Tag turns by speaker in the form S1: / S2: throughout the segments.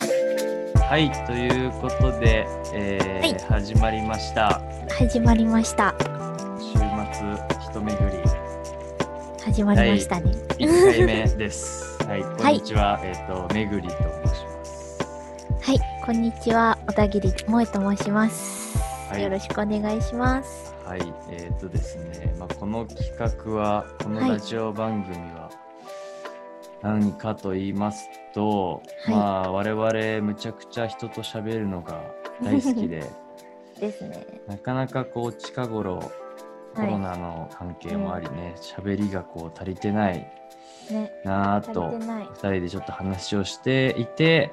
S1: はい、ということで、えー
S2: はい
S1: 始まりました。
S2: 始まりました。
S1: 週末一巡 り
S2: 始まりましたね。
S1: 一回目です。はい、こんにちは。えっ、とめぐりと申します。
S2: はい、こんにちは、小田切萌と申します。
S1: はい
S2: よろしくお願いします。
S1: はい、えっ、とですね、まあこの企画はこの
S2: はい
S1: ラジオ番組は何かと言いますと、
S2: はい
S1: まあ我々むちゃくちゃ人と喋るのが大好き で、
S2: ですね。
S1: なかなかこう近頃コ
S2: は
S1: ロ
S2: い。
S1: ナの関係もありね、喋りがこう足りてない
S2: ね、
S1: な
S2: 足
S1: ぁと
S2: りてない
S1: 2。人でちょっと話をしていて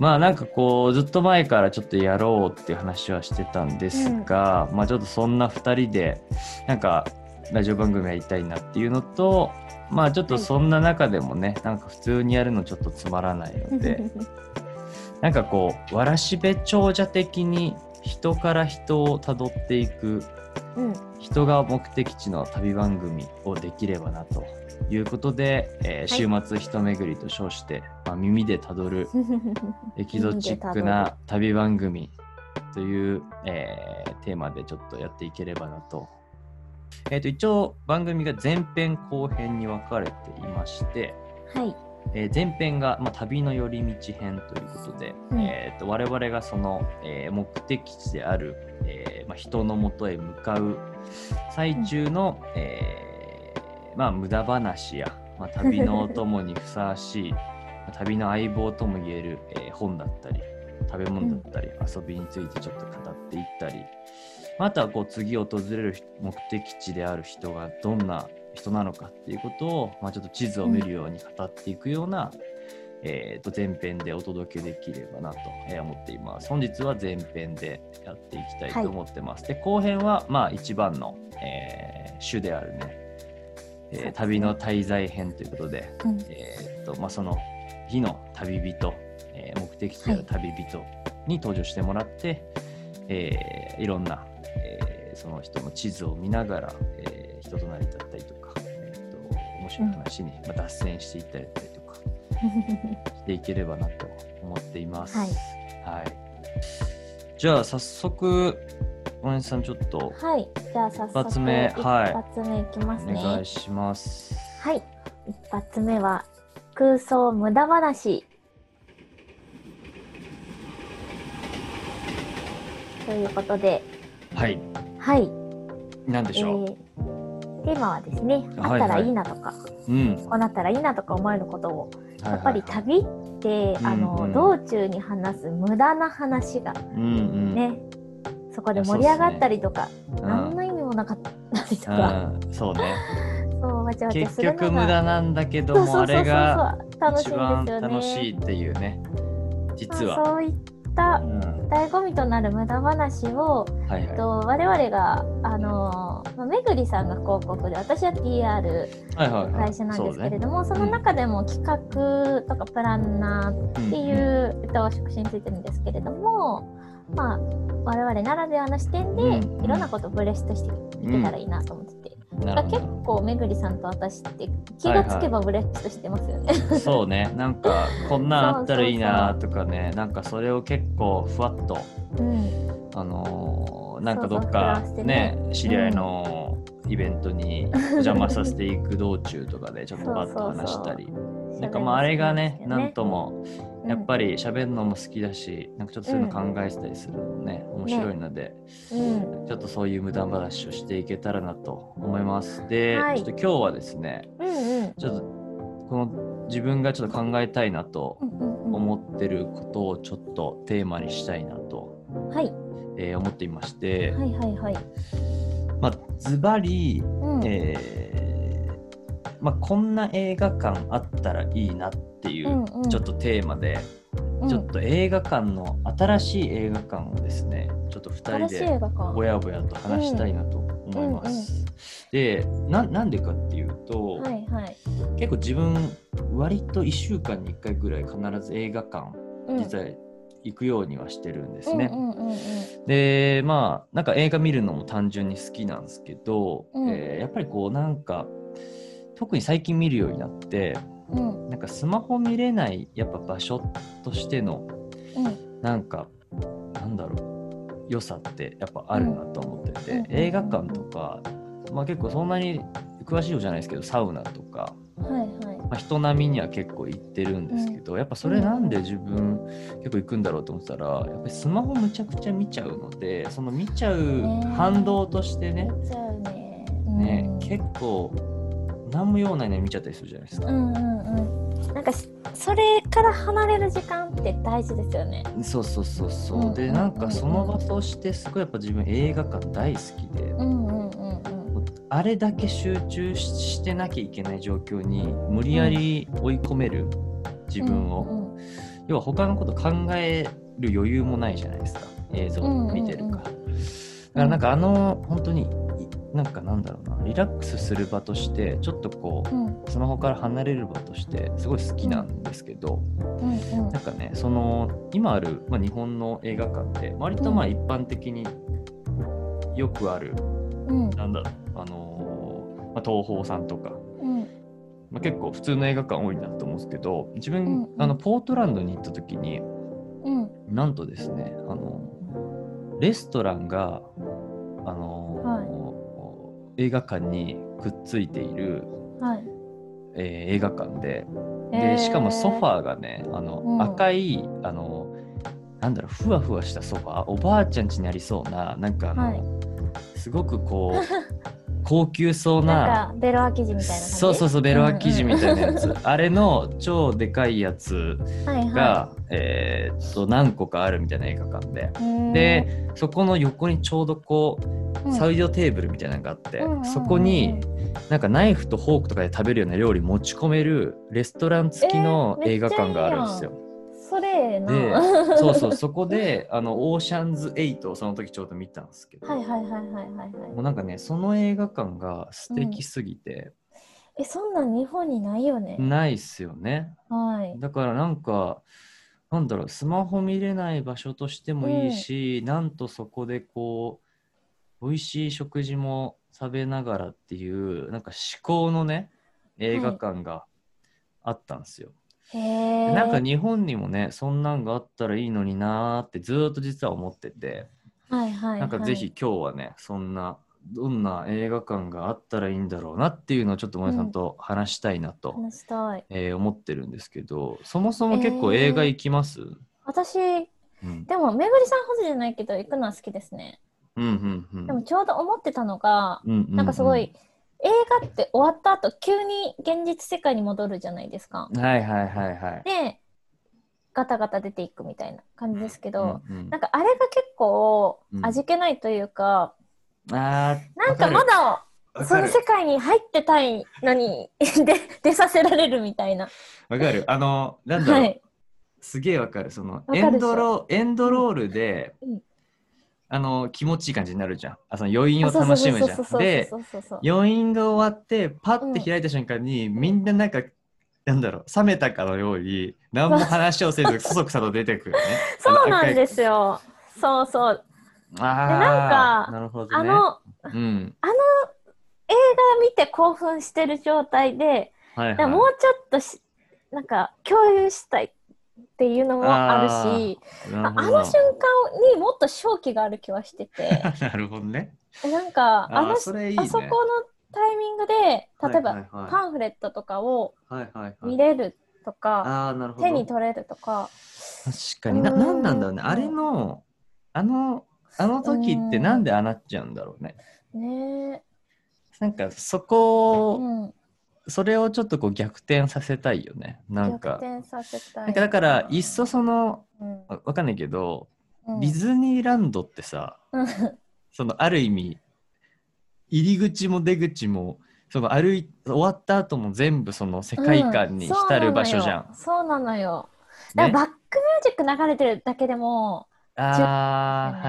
S1: まあなんかこうずっと前からちょっとやろうっていう話はしてたんですが、まあちょっとそんな2人でなんかラジオ番組やりたいなっていうのとまあちょっとそんな中でもね、なんか普通にやるのちょっとつまらないのでなんかこうわらしべ長者的に人から人をたどっていく
S2: うん、
S1: 人が目的地の旅番組をできればなということで、えー週末ひとめぐりと称して、まあ、耳でたどるエキゾチックな旅番組という、えーテーマでちょっとやっていければなと。えー、と一応番組が前編後編に分かれていまして、
S2: はい。
S1: えー前編が、まあ、旅の寄り道編ということで、
S2: うん
S1: えーと我々がその、えー目的地である、えーまあ、人のもとへ向かう最中の、えーまあ、無駄話や、まあ、旅のお供にふさわ しいまあ旅の相棒ともいえる、えー本だったり食べ物だったり、遊びについてちょっと語っていったり、まあ、あとはこう次訪れる目的地である人がどんな人なのかっていうことを、まあ、ちょっと地図を見るように語っていくような、えー、と前編でお届けできればなとえー思っています。本日は前編でやっていきたいと思ってます。で後編はまあ一番の、えー主であるね、えー
S2: そうですね
S1: 旅の滞在編ということで、
S2: うん
S1: えーとまあ、その日の旅人、えー目的地の旅人に登場してもらって、えーいろんな、えーその人の地図を見ながら、えー人となりだったりとか、えーと面白い話に、まあ、脱線していったりだったりとかしていければなと思っています。
S2: はい
S1: はいじゃあ早速おやじさんちょっと
S2: はい、じゃあ早速
S1: 一発目
S2: 一
S1: はい
S2: 発目いきます
S1: お
S2: ね。
S1: 願いします。
S2: はい、一発目は空想無駄話。ということで、
S1: はい、
S2: はい、
S1: なんでしょう、
S2: えーテーマはですね、あ
S1: はい
S2: ったらいいなとか、
S1: うん、
S2: こうなったらいいなとか思えることを、
S1: や
S2: やっぱり旅って、あの、
S1: うんうん
S2: 道中に話す無駄な話が
S1: うんうん、
S2: ね、そこで盛り上がったりとか、
S1: うん、
S2: 何の意味もなかったりとか、
S1: うん、そう ね。
S2: そうわちゃわちゃ
S1: 結
S2: するのが
S1: 局無駄なんだけど
S2: そうそう
S1: も
S2: そう
S1: あれが
S2: そう楽しい
S1: 一
S2: ん
S1: 番
S2: ですよね。
S1: 楽しいっていうね。実
S2: まあ
S1: は。
S2: そういった
S1: うん
S2: 醍醐味となる無駄話を、
S1: はい
S2: え
S1: は
S2: っ
S1: い。
S2: と我々があのまあめぐりさんが広告で私は PR
S1: はいはいはい。
S2: 会社なんですけれ
S1: ど。
S2: ども、その中でも企画とかプランナー
S1: って
S2: ってい。う、えっと、職種についてるんですけれども、まあ、我々ならではの視点で
S1: うん
S2: いろんなことをブレストしていけたらいいなと思ってて、
S1: な
S2: だ
S1: る
S2: か
S1: ほど
S2: ら結構めぐりさんと私って気がつけばブレストしてますよね。
S1: そうね。なんかこんなんあったらいいなとかね。なんかそれを結構ふわっと
S2: うん
S1: あのーなんか
S2: そ
S1: ど
S2: うそう
S1: っか
S2: フランスで
S1: ね
S2: ね
S1: 知り合いのイベントにお邪魔させていく道中とかでちょっとバッと話したり。 なんかまああれがね、なんともやっぱり喋るのも好きだし、なんかちょっとそういうの考えてたりするのもね、面白いので、
S2: り、うん
S1: ちょっとそういう無駄話をしていけたらなと思います。で、
S2: はい
S1: ちょっと今日はですね、
S2: うんうん
S1: ちょっとこの自分がちょっと考えたいなと
S2: うんうんうん
S1: 思ってることをちょっとテーマにしたいなと、
S2: はい
S1: えー思っていまして、
S2: はいはいはい。
S1: まあズバリ、
S2: うん
S1: えーまあ、こんな映画館あったらいいなっていう、
S2: うんうん
S1: ちょっとテーマで
S2: うん
S1: ちょっと映画館の新しい映画館をですね、ちょっと2人
S2: 新しい映
S1: で
S2: 画館。
S1: ぼやぼやと話したいなと思います。でな、なんでかっていうと、
S2: はいはい。
S1: 結構自分、割と1週間に1回ぐらい必ず映画館、
S2: うん
S1: 実は行くようにはしてるんですね。
S2: うんうんうんうん
S1: で、まあ、なんか映画見るのも単純に好きなんですけど、
S2: うん
S1: えーやっぱりこう、なんか、特に最近見るようになって、
S2: うん
S1: なんかスマホ見れないやっぱ場所としての
S2: うん
S1: なんかなんだろう良さってやっぱあるなと思ってて、
S2: うん
S1: 映画館とか、まあ、結構そんなに詳しいようじゃないですけどサウナとか、
S2: はいはい
S1: まあ、人並みには結構行ってるんですけど、やっぱそれなんで自分結構行くんだろうと思ってたらやっぱりスマホむちゃくちゃ見ちゃうのでその見ちゃう反動としてね,、
S2: 見ちゃうね
S1: ね
S2: うん
S1: 結構何も用ないのに見ちゃったりするじゃないです
S2: う
S1: か。
S2: んうんうんなんかしそれから離れる時間って大事ですよね
S1: そうそうそうそう、
S2: うん
S1: でなんかその場としてすごいやっぱ自分映画館大好きで、
S2: うんうんうんうん
S1: あれだけ集中ししてなきゃいけない状況に無理やり追い込める自分を、
S2: うん
S1: 要は他のこと考える余裕もないじゃないですか映像を見てるから、だからなんかあの本当にいなんかなんだろうなリラックスする場としてちょっとこ
S2: うんうん
S1: うスマホから離れる場としてすごい好きなんですけど、
S2: うんうん
S1: なんかねその今ある、まあ、日本の映画館って割とまあ一般的によくある
S2: うん
S1: なんだろうあのーまあ、東宝さんとか、
S2: うん
S1: まあ、結構普通の映画館多いなと思うんですけど自分、
S2: うんうん
S1: あのポートランドに行った時に
S2: うん
S1: なんとですねあのレストランがあのー映画館にくっついている、
S2: はい
S1: えー映画館で
S2: へ
S1: で
S2: ー
S1: しかもソファーがねあの、
S2: うん
S1: 赤いあのなんだろうふわふわしたソファーおばあちゃん家にありそうななんかあの、
S2: はい
S1: すごくこう 高級そうな
S2: なんかベロア生地みたいな感じ
S1: そうそうそうベロア生地みたいなやつ、あれの超でかいやつ
S2: はい
S1: が、
S2: は
S1: えーっと何個かあるみたいな映画館で。
S2: いうん
S1: でそこの横にちょうどこう、
S2: うん
S1: サウジドテーブルみたいなのがあって、
S2: うんうんうんうん
S1: そこになんかナイフとフォークとかで食べるような料理持ち込めるレストラン付きの
S2: えー
S1: 映画館があるんです よ。
S2: それええな
S1: で
S2: は
S1: そうそうそこであのオーシャンズ8をその時ちょうど見たんですけど、
S2: いはいはいはいはいはい
S1: もうなんかねその映画館が素敵すぎて、
S2: えそんなん日本にないよね、
S1: ないっすよね
S2: はい
S1: だからなんかなんだろうスマホ見れない場所としてもいいし、なんとそこでこう美味しい食事も食べながらっていうなんか至高のね映画館があったんですよ、
S2: へえ
S1: でなんか日本にもねそんなんがあったらいいのになーってずーっと実は思ってて、
S2: はいはいはい
S1: なんかぜひ今日はねそんなどんな映画館があったらいいんだろうなっていうのをちょっと萌さんと話したいなと、
S2: 話したい
S1: えー思ってるんですけどそもそも結構映画行きます、
S2: 私
S1: うん
S2: でもめぐりさんほどじゃないけど行くのは好きですね
S1: うんうんうん
S2: でもちょうど思ってたのが、
S1: ううう
S2: なんかすごい映画って終わった後急に現実世界に戻るじゃないですか。
S1: はいはいはいはい
S2: でガタガタ出ていくみたいな感じですけど、
S1: うんうん
S2: なんかあれが結構
S1: うん
S2: 味気ないというか、
S1: あー
S2: なんかまだ
S1: わ
S2: そ
S1: か
S2: の
S1: る
S2: 世界に入ってたいのにで出させられるみたいな。
S1: わかるあのなんだろう、
S2: はい、
S1: すげえわかるその
S2: かる
S1: エ
S2: でしょ
S1: ンドロエンドロールで、
S2: うん
S1: あの気持ちいい感じになるじゃんあその余韻を楽しむじゃ
S2: そうんそう
S1: で
S2: そうそうそうそうそうそう
S1: 余韻が終わってパッて開いた瞬間に、みんななんかなんだろう冷めたかのように何も話をせ ずそそくさと出てくるね。。
S2: そうなんですすよ。そうそう。
S1: あ
S2: なん
S1: ー
S2: か
S1: なるほど
S2: あ
S1: ね。
S2: の、
S1: うん
S2: 映画見て興奮してる状態で、
S1: はい
S2: だから
S1: はい、
S2: もうちょっとしなんか共有したいっていうのもあるし
S1: なる
S2: あ
S1: ほど
S2: あの瞬間にもっと正気がある気はし てて
S1: なるほどね。
S2: なんかあの
S1: あーそれいいね
S2: あそこのタイミングで例えば、
S1: はいはいは
S2: パンフレットとかを
S1: いはいはいはい
S2: 見れるとか、
S1: ああなるほど。
S2: 手に取れるとか
S1: 確かにな
S2: うん
S1: なんなんだろうねあれのあのあの時ってなんでああなっちゃうんだろうね。
S2: ね
S1: なんかそ
S2: え、
S1: こを、
S2: うん、
S1: それをちょっとこう逆転させたいよね。なん
S2: 逆
S1: か。
S2: 転させたい
S1: なんかだからいっそその
S2: うん
S1: わわかんないけど、
S2: うん
S1: ディズニーランドってさ
S2: うん
S1: そのある意味入り口も出口もその歩い終わった後も全部その世界観に浸る場所じゃん。
S2: うそうなのよそうなのよだ
S1: ね
S2: からバックミュージック流れてるだけでも
S1: ああ、
S2: じゅう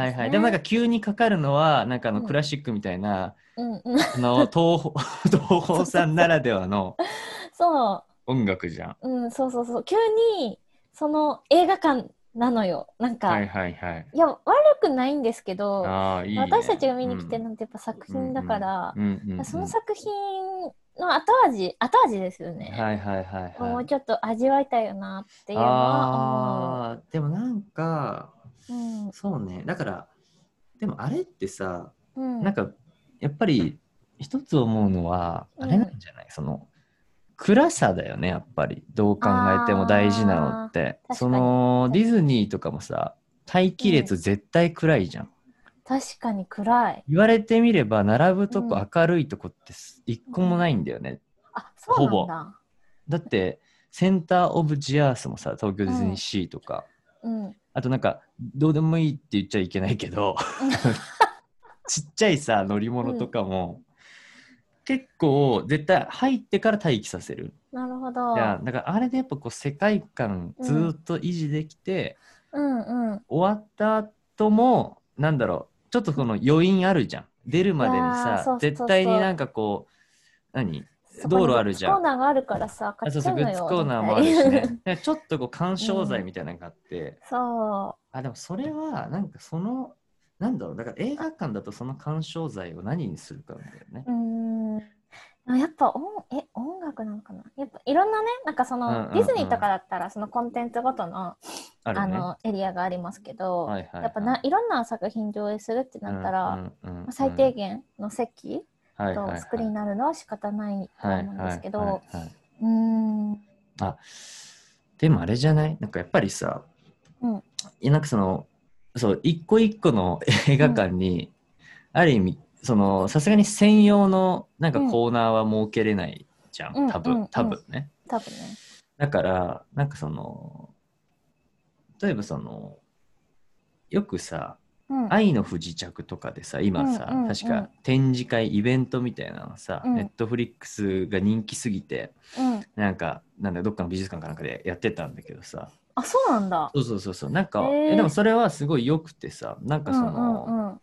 S1: はいはい。
S2: ですね
S1: でもなんか急にかかるのは、なんかあの
S2: うん
S1: クラシックみたいな、
S2: うんうん、
S1: あの東宝東宝さんならではの
S2: そう
S1: 音楽じゃん。
S2: うん、そうそうそう。急に、その映画館なのよ。なんか、
S1: はい
S2: い、
S1: はいはい。
S2: や、悪くないんですけど、
S1: ああ、いい、ね。
S2: 私たちが見に来てる
S1: の
S2: のってやっぱ作品だから、
S1: うんうんうんうん
S2: その作品の後味後味ですよね、
S1: はいはいはい
S2: も
S1: は
S2: う
S1: い。
S2: ちょっと味わいたいよなっていうのは
S1: あーでもなんか
S2: 思う
S1: そうねだからでもあれってさ
S2: うんうん
S1: なんかやっぱり一つ思うのは
S2: うん
S1: あれなんじゃない、その暗さだよねやっぱりどう考えても大事なのって
S2: あー確かに
S1: そのディズニーとかもさ待機列絶対暗いじゃん、
S2: 確かに暗い
S1: 言われてみれば並ぶと
S2: う
S1: こ
S2: ん
S1: 明るいとこってす一個もないんだよね、
S2: あそうなん
S1: だ
S2: だ
S1: ってセンター・オブ・ジ・アースもさ東京ディズニーシーとか、
S2: うん
S1: あとなんかどうでもいいって言っちゃいけないけ どちっちゃいさ乗り物とかも、結構絶対入ってから待機させる
S2: なるほど
S1: いやだからあれでやっぱこう世界観ずーっと維持できて、
S2: うんうん
S1: 終わった後もなんだろうちょっとこの余韻あるじゃん出るまでに
S2: いやー
S1: さ
S2: そうそうそう
S1: 絶対になんかこう何道路あるじゃん
S2: そこにグッズコーナーがあるからさ買
S1: あ
S2: っ
S1: そう
S2: ち
S1: そ
S2: ゃ
S1: う
S2: う
S1: グ
S2: の
S1: ッズ
S2: よ
S1: コーナーもあるしね
S2: みたい
S1: だからちょっとこう緩衝材みたいなのがあって、
S2: そ
S1: あでもそれはなんかそのなんだろうだから映画館だとその鑑賞剤を何にするかなんだよね
S2: うう。ーんあやっぱ音え音楽なのかなやっぱいろんなねなんかその、
S1: うんうんうん
S2: ディズニーとかだったらそのコンテンツごとの
S1: あ
S2: あ
S1: るね。
S2: のエリアがありますけど、
S1: はいはいはい
S2: やっぱないろんな作品上映するってなったら、
S1: うんうんうん
S2: まあ最低限の席
S1: はいはいは
S2: と
S1: い
S2: スクリーンになるのは仕方ないとは思うんですけど、
S1: はいはいはいはいう
S2: ーん
S1: あでもあれじゃないなんかやっぱりさ、
S2: うん
S1: いやなんかそのそう一個一個の映画館に、ある意味そのさすがに専用のなんかコーナーは設けれないじゃん、
S2: うん
S1: 多
S2: うんうん
S1: 分
S2: うん
S1: 多分ね。
S2: 多分ね
S1: だから、なんかその、例えばその、よくさ、
S2: うん
S1: 愛の不時着とかでさ、今さ、
S2: うんうんうん
S1: 確か展示会、イベントみたいなのさ、
S2: うん
S1: ネットフリックスが人気すぎて、
S2: うん
S1: なんか、なんだ、どっかの美術館かなんかでやってたんだけどさ、
S2: あそうなんだ
S1: そうそうそうそう、なんか、
S2: へー
S1: えでもそれはすごい良くてさ、なんかその、
S2: うんうんうん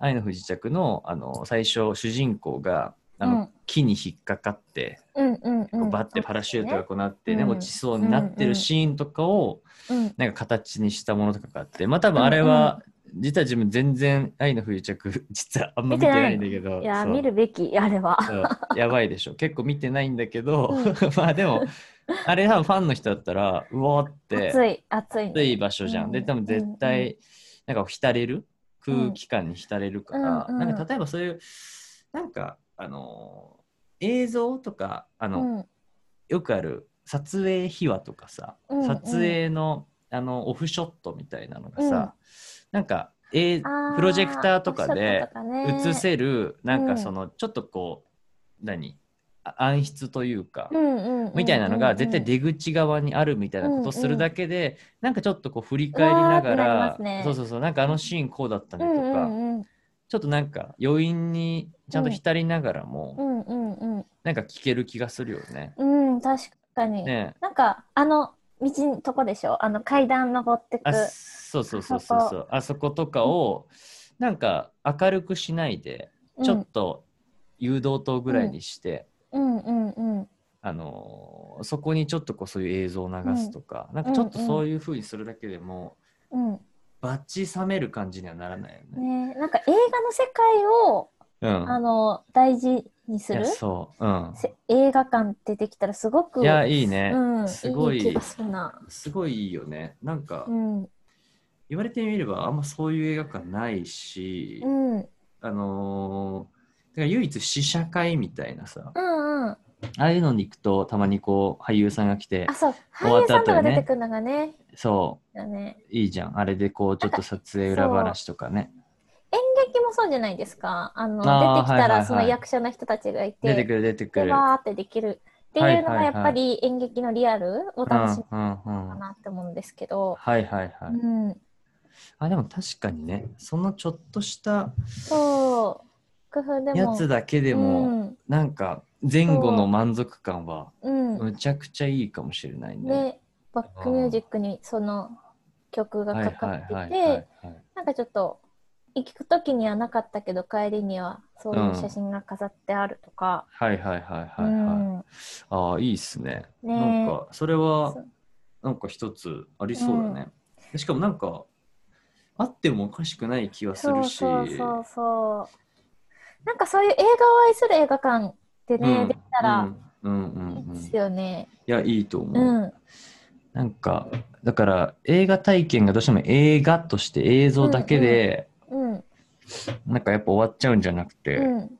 S1: 愛の不時着の、あの、最初、主人公が、あの、
S2: うん
S1: 木に引っかかって、
S2: うんうんう
S1: こ
S2: ん
S1: うバッてパラシュートがこうなってね、
S2: うん
S1: 落ちそうになってるシーンとかを、
S2: うん
S1: なんか形にしたものとかがあって、まあ多分あれは、実は自分全然愛の不時着、 実はあんま見てないんだけど、
S2: いや
S1: そう
S2: 見るべきあれは
S1: そうやばいでしょ。結構見てないんだけど、
S2: うん
S1: まあでも、あれ多分ファンの人だったら、うおーって、
S2: 熱い熱いね
S1: 暑い場所じゃん。で、
S2: うん
S1: 多分絶対、なんか浸れる、空気感に浸れるから、
S2: うんうん
S1: なんか例えばそういう、なんか、あのー映像とか、あの、
S2: うん
S1: よくある撮影秘話とかさ、
S2: うんうん
S1: 撮影のあのオフショットみたいなのがさ、なんか、え
S2: あー
S1: プロジェクターとかで
S2: プロジェクターとかね
S1: 映せる、なん
S2: うん
S1: かそのちょっとこう何あ暗室というか、
S2: うんうんうんうん
S1: みたいなのが絶対出口側にあるみたいなことするだけで、なんかちょっとこう振り返りなが
S2: うわーっ
S1: ら
S2: てなりますね
S1: そうそうそうなんかあのシーンこうだったねとか、
S2: うんうん
S1: ちょっとなんか余韻にちゃんと浸りながらも、
S2: うんうんうん
S1: なんか聞ける気がするよね。
S2: うん、うん確かに、
S1: ねえ
S2: なんかあの道のとこでしょあの階段登ってく
S1: あそうそうそうそう
S2: あ
S1: そ
S2: そう
S1: あそことかをなんか明るくしないでちょっと誘導灯ぐらいにして、
S2: うん、うんうんうん
S1: あのーそこにちょっとこうそういう映像を流すとか、なんかちょっとそういう風にするだけでも、
S2: うん
S1: バッチ冷める感じにはならないよね。
S2: ね、なんか映画の世界を、
S1: うん、
S2: あの大事にす
S1: い
S2: る
S1: やそう、うん、
S2: せ映画館ってできたらすごく
S1: いやいいね、
S2: うん、
S1: すごい
S2: い気がするな、
S1: すごいいいよねなんか、
S2: うん
S1: 言われてみればあんまそういう映画館ないし、
S2: うん、うん
S1: あのーだから唯一試写会みたいなさ
S2: うん
S1: ああいうのに行くとたまにこう俳優さんが来て
S2: あそう
S1: 終
S2: 俳
S1: わっ
S2: 優
S1: た
S2: さ
S1: 後
S2: ん
S1: に
S2: と
S1: ね
S2: か出てくるのがね
S1: そ
S2: だね
S1: ういいじゃんあれでこうちょっと撮影裏話とかね
S2: 演劇もそうじゃないですかあの
S1: あー
S2: 出てきた
S1: はいはいは
S2: ら
S1: い
S2: その役者の人たちがいて
S1: 出てくる出てく
S2: で
S1: る
S2: わーってできるっていうの
S1: は
S2: が
S1: い
S2: や
S1: はいはい
S2: っぱり演劇のリアル
S1: うんうん
S2: を
S1: う
S2: 楽しむ
S1: ん
S2: か
S1: はい
S2: なって思うんですけど、
S1: はいはい、
S2: うん、
S1: あでも確かにねそのちょっとした
S2: そう工夫でも
S1: やつだけでも、なんか前後の満足感は
S2: うん、うん
S1: むちゃくちゃいいかもしれないね。
S2: でバックミュージックにその曲が
S1: はい
S2: か
S1: はい
S2: かってて、
S1: はいはいはい。
S2: なんかちょっと行く時にはなかったけど帰りにはそういう写真が飾ってあるとか、
S1: はいはいはいは
S2: う
S1: いはい。
S2: ん
S1: ああいいっすね。なん
S2: ね
S1: かそれは
S2: そう
S1: なんか一つありそうだね。しかもなんかあってもおかしくない気はす
S2: そ
S1: る
S2: う
S1: し。
S2: そうそうそうなんかそういう映画を愛する映画館ってね、
S1: うん
S2: できたら
S1: うんうん
S2: い
S1: う
S2: い
S1: ん、
S2: で
S1: い
S2: すよね。
S1: やいいと思
S2: う
S1: う、
S2: ん、
S1: なんかだから映画体験がどうしても映画として映像だけで、
S2: うん、
S1: なんかやっぱ終わっちゃうんじゃなくて、
S2: うん、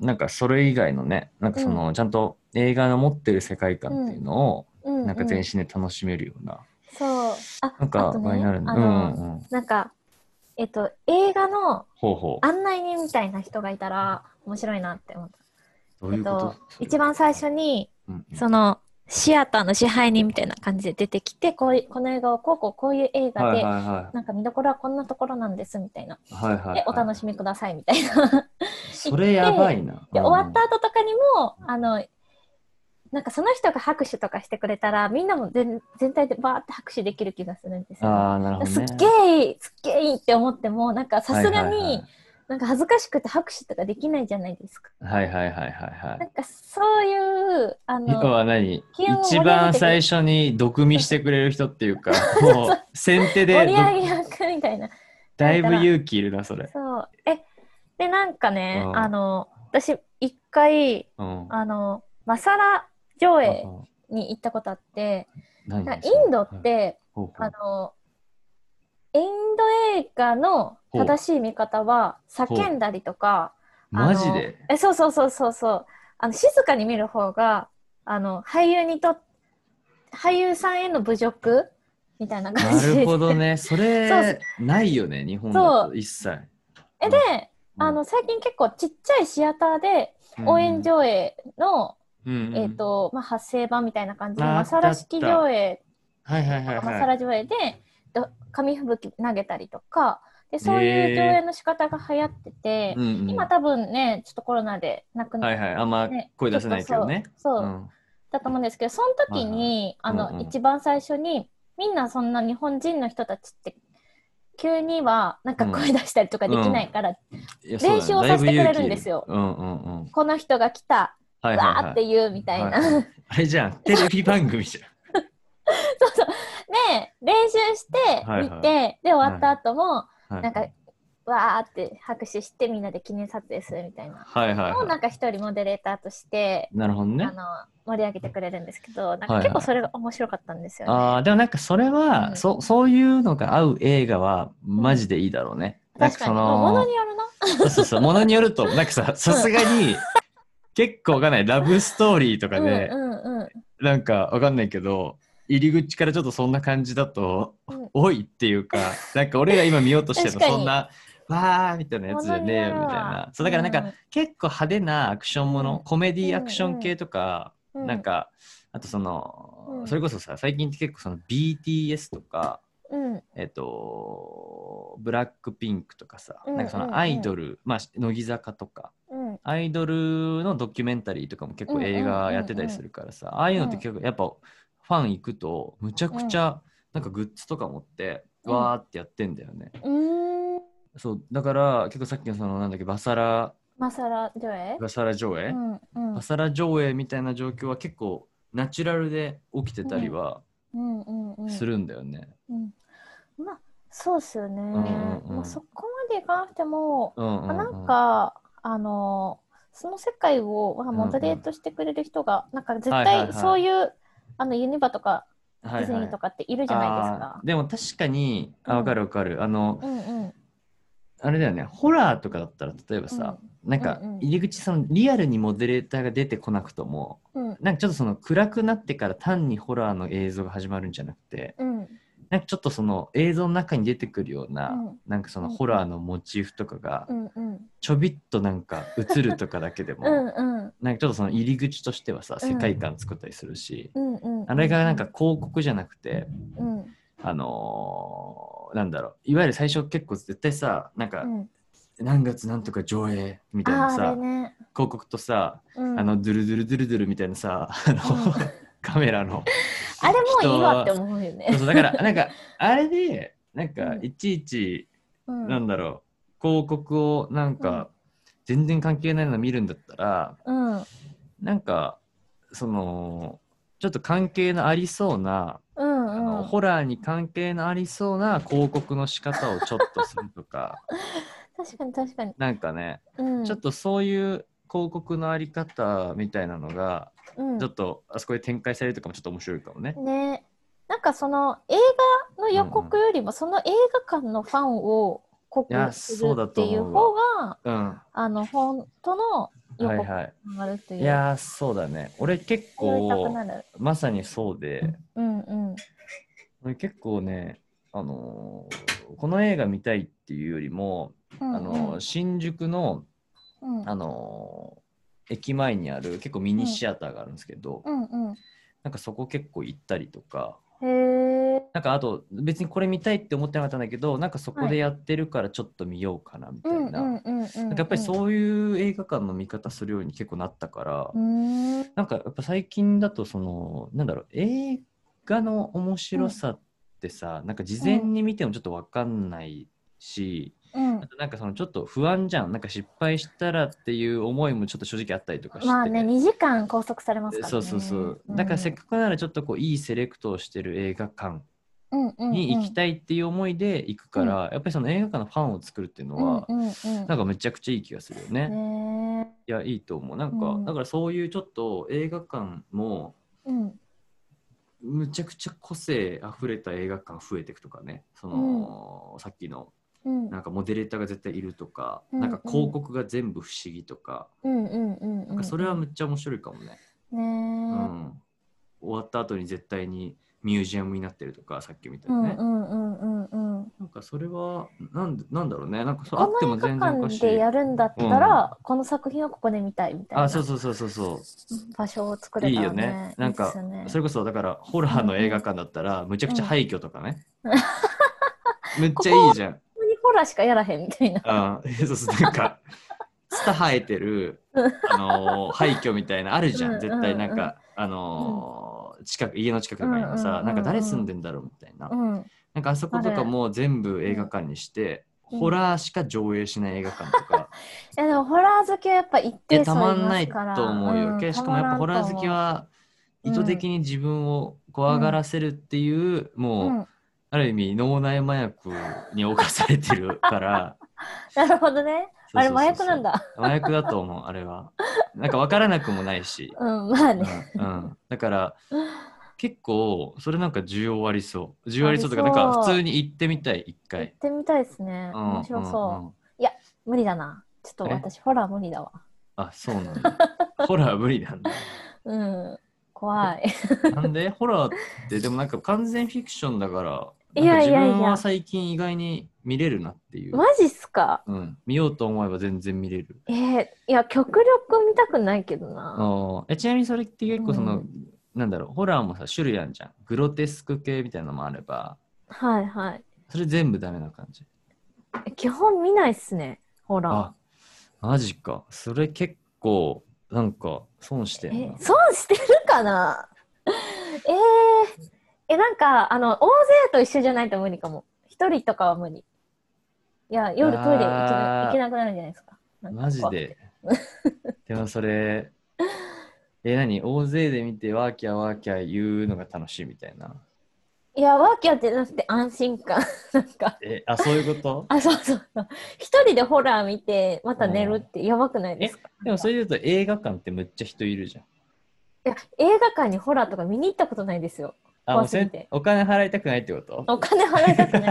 S1: なんかそれ以外のねなんかその、ちゃんと映画の持ってる世界観っていうのを、
S2: うん、
S1: なんか全身で楽しめるような、
S2: そう。あ、
S1: なんか
S2: あと
S1: 場合に
S2: ね、
S1: なるんだ、
S2: あ
S1: う
S2: の、
S1: んうん
S2: なんか、えっと、映画の
S1: ほうほう
S2: 案内人みたいな人がいたら面白いなって思った。
S1: どういうこと、
S2: えっと、一番最初に、
S1: うんうん
S2: その、シアターの支配人みたいな感じで出てきて、こういう、この映画をこうこうこういう映画
S1: はい
S2: で、
S1: はいは
S2: なんか見どころはこんなところなんですみたいな。
S1: いはいはいはい
S2: で、お楽しみくださいみたい な。
S1: それやばいな
S2: で、
S1: うん
S2: 終わった後とかにも、あの、なんかその人が拍手とかしてくれたら、みんなも全全体でバーって拍手できる気がするんですよ、
S1: ああなるほどね
S2: すっげえいい、すっげえいいって思っても、なんかさすが
S1: はいはいはい
S2: に、なんか恥ずかしくて拍手とかできないじゃないですか。
S1: はいはいはいはいは
S2: ないんかそういう、あ
S1: 今
S2: の、
S1: は何
S2: 気温を盛り上
S1: 一
S2: げて
S1: 番最初に毒味してくれる人っていうかもう先手
S2: 盛
S1: で
S2: り
S1: ど
S2: 上げ役みたいな。
S1: だいぶ勇気いるなそれ、
S2: そう。え、で、なんかね、
S1: うん
S2: あの、私、一回、
S1: うん、
S2: あの、マサラ上映
S1: うん
S2: に行ったことあって、
S1: 何
S2: なんかインドって、
S1: ほうほう
S2: あの、インド映画の正しい見方は、叫んだりとか、あの
S1: マジで
S2: えそうそうそうそうそうあの静かに見る方があの俳優にとっ俳優さんへの侮辱みたいな感
S1: な
S2: じで
S1: るほどねそ
S2: そう
S1: れないよね日本だと一切
S2: えであの最近結構ちっちゃいシアターで応援上映の、
S1: うんうん
S2: えーとまあ、発声版みたいな感じで
S1: あー
S2: マサラ式上映
S1: はいはいはい
S2: マサ
S1: はい
S2: ラ上映でと紙吹雪投げたりとかでそういう上映の仕方が流行ってて、
S1: うんうん
S2: 今多分ねちょっとコロナでなくな
S1: は
S2: っ
S1: いはいあんま
S2: ね
S1: 声出せないけどね
S2: そう、
S1: うん
S2: だと思うんですけどその時に、
S1: はいはい
S2: あの、
S1: うんうん
S2: 一番最初にみんなそんな日本人の人たちって急にはなんか声出したりとかできないから、
S1: いやそうだね
S2: 練習をさせてくれるんですよ
S1: だいぶ勇気いるうんうんうん
S2: この人が来た、
S1: はいはい
S2: わ
S1: は
S2: ー
S1: い
S2: って言うみたいな。
S1: ははあれじゃんテレビ番組じゃ
S2: そうそうで練習して
S1: はいはい
S2: 見て、で終わった後も、
S1: んはい
S2: なんかわーって拍手してみんなで記念撮影するみたいな。
S1: はいはい
S2: もうな
S1: は
S2: んか一人モデレーターとして、
S1: いなるほどね
S2: あの盛り上げてくれるんですけど
S1: はい
S2: なんか
S1: はい
S2: 結構それが面白かったんですよね。
S1: あーでもなんかそれは、
S2: うん
S1: そそういうのが合う映画はマジでいいだろうね、なん
S2: 確
S1: か
S2: かに
S1: そ
S2: もの
S1: の
S2: によるな。
S1: そうそうそうものによるとなんかささすがに結構わかんないラブストーリーとかで、
S2: うんうんうん
S1: なんかわかんないけど入り口からちょっとそんな感じだと、
S2: うん
S1: 多いっていうかなんか俺が今見ようとしてるの
S2: 確かに
S1: そんなわーみたいなやつじゃねえよみたい
S2: 物に
S1: な
S2: よるわ
S1: そうだからなんか、
S2: うん
S1: 結構派手なアクションもの、
S2: うん
S1: コメディアクション系とか、
S2: う
S1: なん、かあとその、
S2: うん
S1: それこそさ最近って結構その BTS とか
S2: うん、
S1: えっとブラックピンクとかさ、
S2: うん
S1: なんかそ
S2: うん
S1: のアイドル、まあ乃木坂とか
S2: うん、
S1: アイドルのドキュメンタリーとかも結構映画やってたりするからさ、ああいうのって結構やっぱファン行くとむちゃくちゃなんかグッズとか持って、
S2: うん
S1: わーってやってんだよね。
S2: うーん、
S1: そうだから結構さっきのそのなんだっけバサラ
S2: マサラ上映。
S1: バサラ上映、
S2: うん、うん
S1: バ、サラ上映みたいな状況は結構ナチュラルで起きてたりは
S2: うん、うん、うん、
S1: するんだよね。
S2: うん。まあ、そうっすよね。
S1: んうんうん
S2: まあ、そこまでいかなくても、
S1: うんうん
S2: ま
S1: う
S2: あ
S1: ん
S2: なんか、あの、その世界を、まあ、モデレートしてくれる人が、なんか絶
S1: はいはいは
S2: 対
S1: い
S2: そういう。あのユニバとか、
S1: は
S2: デ
S1: いはい
S2: ィズニーとかっているじゃないです
S1: あ
S2: か
S1: ー。でも確かに
S2: う
S1: あ
S2: ん
S1: 分かる分かる、あの
S2: うん、うん、
S1: あれだよねホラーとかだったら例えばさ、なんか
S2: うんうん
S1: 入り口そのリアルにモデレーターが出てこなくとも
S2: うん、
S1: なんかちょっとその暗くなってから単にホラーの映像が始まるんじゃなくて
S2: うん、
S1: なんかちょっとその映像の中に出てくるような、
S2: うん
S1: なんかそのホラーのモチーフとかが
S2: うん、うん、
S1: ちょびっとなんか映るとかだけでも、
S2: うん、うん、
S1: なんかちょっとその入り口としてはさ
S2: うん
S1: 世界観作ったりするし、
S2: うん、うん。
S1: あれがなんか、広告じゃなくて、
S2: うん、
S1: あのーなんだろういわゆる最初結構絶対さなんか、
S2: うん、
S1: 何月何とか上映みたい
S2: あ
S1: な
S2: ー、
S1: さ
S2: あれね。
S1: 広告とさ、
S2: うん
S1: あのドゥルドゥルドゥルドゥルみたいなさあの、
S2: うん
S1: カメラの
S2: あれもういいわって
S1: 人は
S2: 思うよ
S1: そう
S2: ね。
S1: そうだからなんかあれでなんか
S2: うん
S1: いちいち、
S2: うん
S1: なんだろう広告をなんか、全然関係ないの見るんだったら
S2: うん。
S1: なんかそのちょっと関係のありそうな
S2: うん
S1: あの
S2: うん。
S1: ホラーに関係のありそうな広告の仕方をちょっとするとか
S2: 確かに確かに。
S1: なんかね、
S2: うん。
S1: ちょっとそういう広告のあり方みたいなのが、
S2: うん
S1: ちょっとあそこで展開されるとかもちょっと面白いかもね。
S2: ねなんかその映画の予告よりもその映画館のファンを濃く
S1: いや
S2: す
S1: そう
S2: る
S1: だ
S2: っ
S1: と
S2: てい
S1: 思
S2: う
S1: う
S2: 方
S1: わ
S2: が
S1: うん。
S2: あの本当の予
S1: はい
S2: 告
S1: はい。
S2: になるっていう。
S1: いやー、そうだね。俺結
S2: 言いた
S1: 構
S2: く、なる。
S1: まさにそうで、
S2: うんうん。
S1: 俺結構ね、あのーこの映画見たいっていうよりも、あのー新宿の、
S2: うんうん
S1: あのー駅前にある結構ミニシアターがあるんですけど、
S2: うんうん。
S1: なんかそこ結構行ったりとか、
S2: へえ。
S1: なんかあと別にこれ見たいって思ってなかったんだけど、なんかそこ
S2: は
S1: で
S2: い
S1: やってるからちょっと見ようかなみた
S2: う
S1: い
S2: んう
S1: な。
S2: んうん
S1: な
S2: うん。
S1: んかやっぱり
S2: う
S1: そういう映画館の見方するように結構なったから、
S2: ん。うーん。
S1: なんかやっぱ最近だとそのなんだろう映画の面白さってさ、なんか事前に見てもちょっと分かんないし、
S2: うん
S1: あ。となんかそのちょっと不安じゃんなんか失敗したらっていう思いもちょっと正直あったりとかして、
S2: まあね、2時間拘束されますからね。
S1: そうそうそう、だからせっかくならちょっとこういいセレクトをしてる映画館
S2: く
S1: に行き
S2: い
S1: たいっていう思いで行くから、やっぱりその映画館のファンを作るっていうのは、
S2: うんうんうん
S1: なんかめちゃくちゃいい気がするよね。
S2: ね
S1: いやいいと思うなんか、
S2: うん
S1: だからそういうちょっと映画館も
S2: えうん
S1: むちゃくちゃ個性あふれた映画館増えていくとかねその、さっきの
S2: うん
S1: なんかモデレーターが絶対いるとか、
S2: うん
S1: なんか広告が全部不思議とか,、
S2: うんうんうんうん
S1: なんかそれはむっちゃ面白いかもね、
S2: ねえ
S1: うん終わった後に絶対にミュージアムになってるとかさっきみたいうなんね、
S2: うんうんうんうん
S1: なんかそれはなんでなんだろうねなんかそうあ
S2: こ
S1: っても
S2: の映画
S1: 全然おか
S2: 館
S1: し
S2: で
S1: い
S2: やるんだったら、この作品をここで見たいみたいな
S1: あそうそうそうそうそう
S2: 場所を作れたら、ね、
S1: いいよねなんか
S2: いいっすよね
S1: それこそだからホラーの映画館だったらむちゃくちゃ廃墟とか ね、めっちゃいいじゃん
S2: ここにホラーしかやらへんみたいな
S1: あーそうそうなんかツタ生えてる、あのー廃墟みたいなあるじゃ
S2: うんん
S1: 絶対なんか、あのー近く家の近くとかにもさ、
S2: うんうんうんうん
S1: なんか誰住んでんだろうみたいな、
S2: うん
S1: なんかあそことかも全部映画館にして、
S2: うん
S1: ホラーしか上映しない映画館とか、
S2: いやでもホラー好きはやっぱ一定
S1: でた
S2: 数い
S1: ま
S2: ま
S1: んない
S2: すから
S1: と思うよ、けどしかもやっぱホラー好き、は
S2: う
S1: 意図的に自分を怖がらせるっていう、
S2: た
S1: もう、
S2: まらんと思ううん、
S1: ある意味脳内麻薬に侵されてる から。
S2: なるほどねあれ
S1: そうそうそうそう
S2: 麻薬なんだ
S1: 麻薬だと思う、あれは。なんか分からなくもないし。
S2: うんまあ
S1: うん
S2: ね、
S1: うん、だから結構それなんか需要ありそう需要ありそうとか
S2: あ
S1: な
S2: り
S1: ん
S2: そう
S1: か普通に行ってみたい一
S2: 行っ
S1: 回、
S2: てみたいですね、
S1: うん、
S2: 面白そう、
S1: んん
S2: 無理だなちょっと
S1: え
S2: 私ホラー無理だわ
S1: あそうなんだホラー無理なんだ
S2: うん怖い
S1: なんでホラーってでもなんか完全フィクションだから
S2: い
S1: なん
S2: や
S1: か
S2: い
S1: 自
S2: やいや
S1: 分は最近意外に見れるなっていう
S2: マジっすか
S1: うん、見ようと思えば全然見れる
S2: えー、いや極力見たくないけど
S1: あ
S2: な
S1: のえちなみにそれって結構その、
S2: う
S1: なんだろうホラーもさ種類あるじゃんグロテスク系みたいなのもあれば
S2: はいはい
S1: それ全部ダメな感じ
S2: え基本見ないっすねホラ
S1: あマジかそれ結構なんか損してん
S2: ーえ
S1: な
S2: 損してるかな えー、えなんかあの大勢と一緒じゃないと無理かも一人とかは無理いや夜トイレ行けな
S1: あー
S2: 行けなくなるんじゃないですかなんか
S1: マジででもそ れえ何大勢で見てワーキャーワーキャー言うのが楽しいみたいない
S2: やワーキャーってなくて安心感 なんか
S1: えあそういうこと
S2: あそうそうそう一人でホラー見てまた寝るってやばくないですか
S1: でもそれで言うと映画館ってむっちゃ人いるじゃん
S2: いや映画館にホラーとか見に行ったことないですよ
S1: あもう
S2: 怖すぎて
S1: せんお金払いたくないってこと
S2: お金払い たくない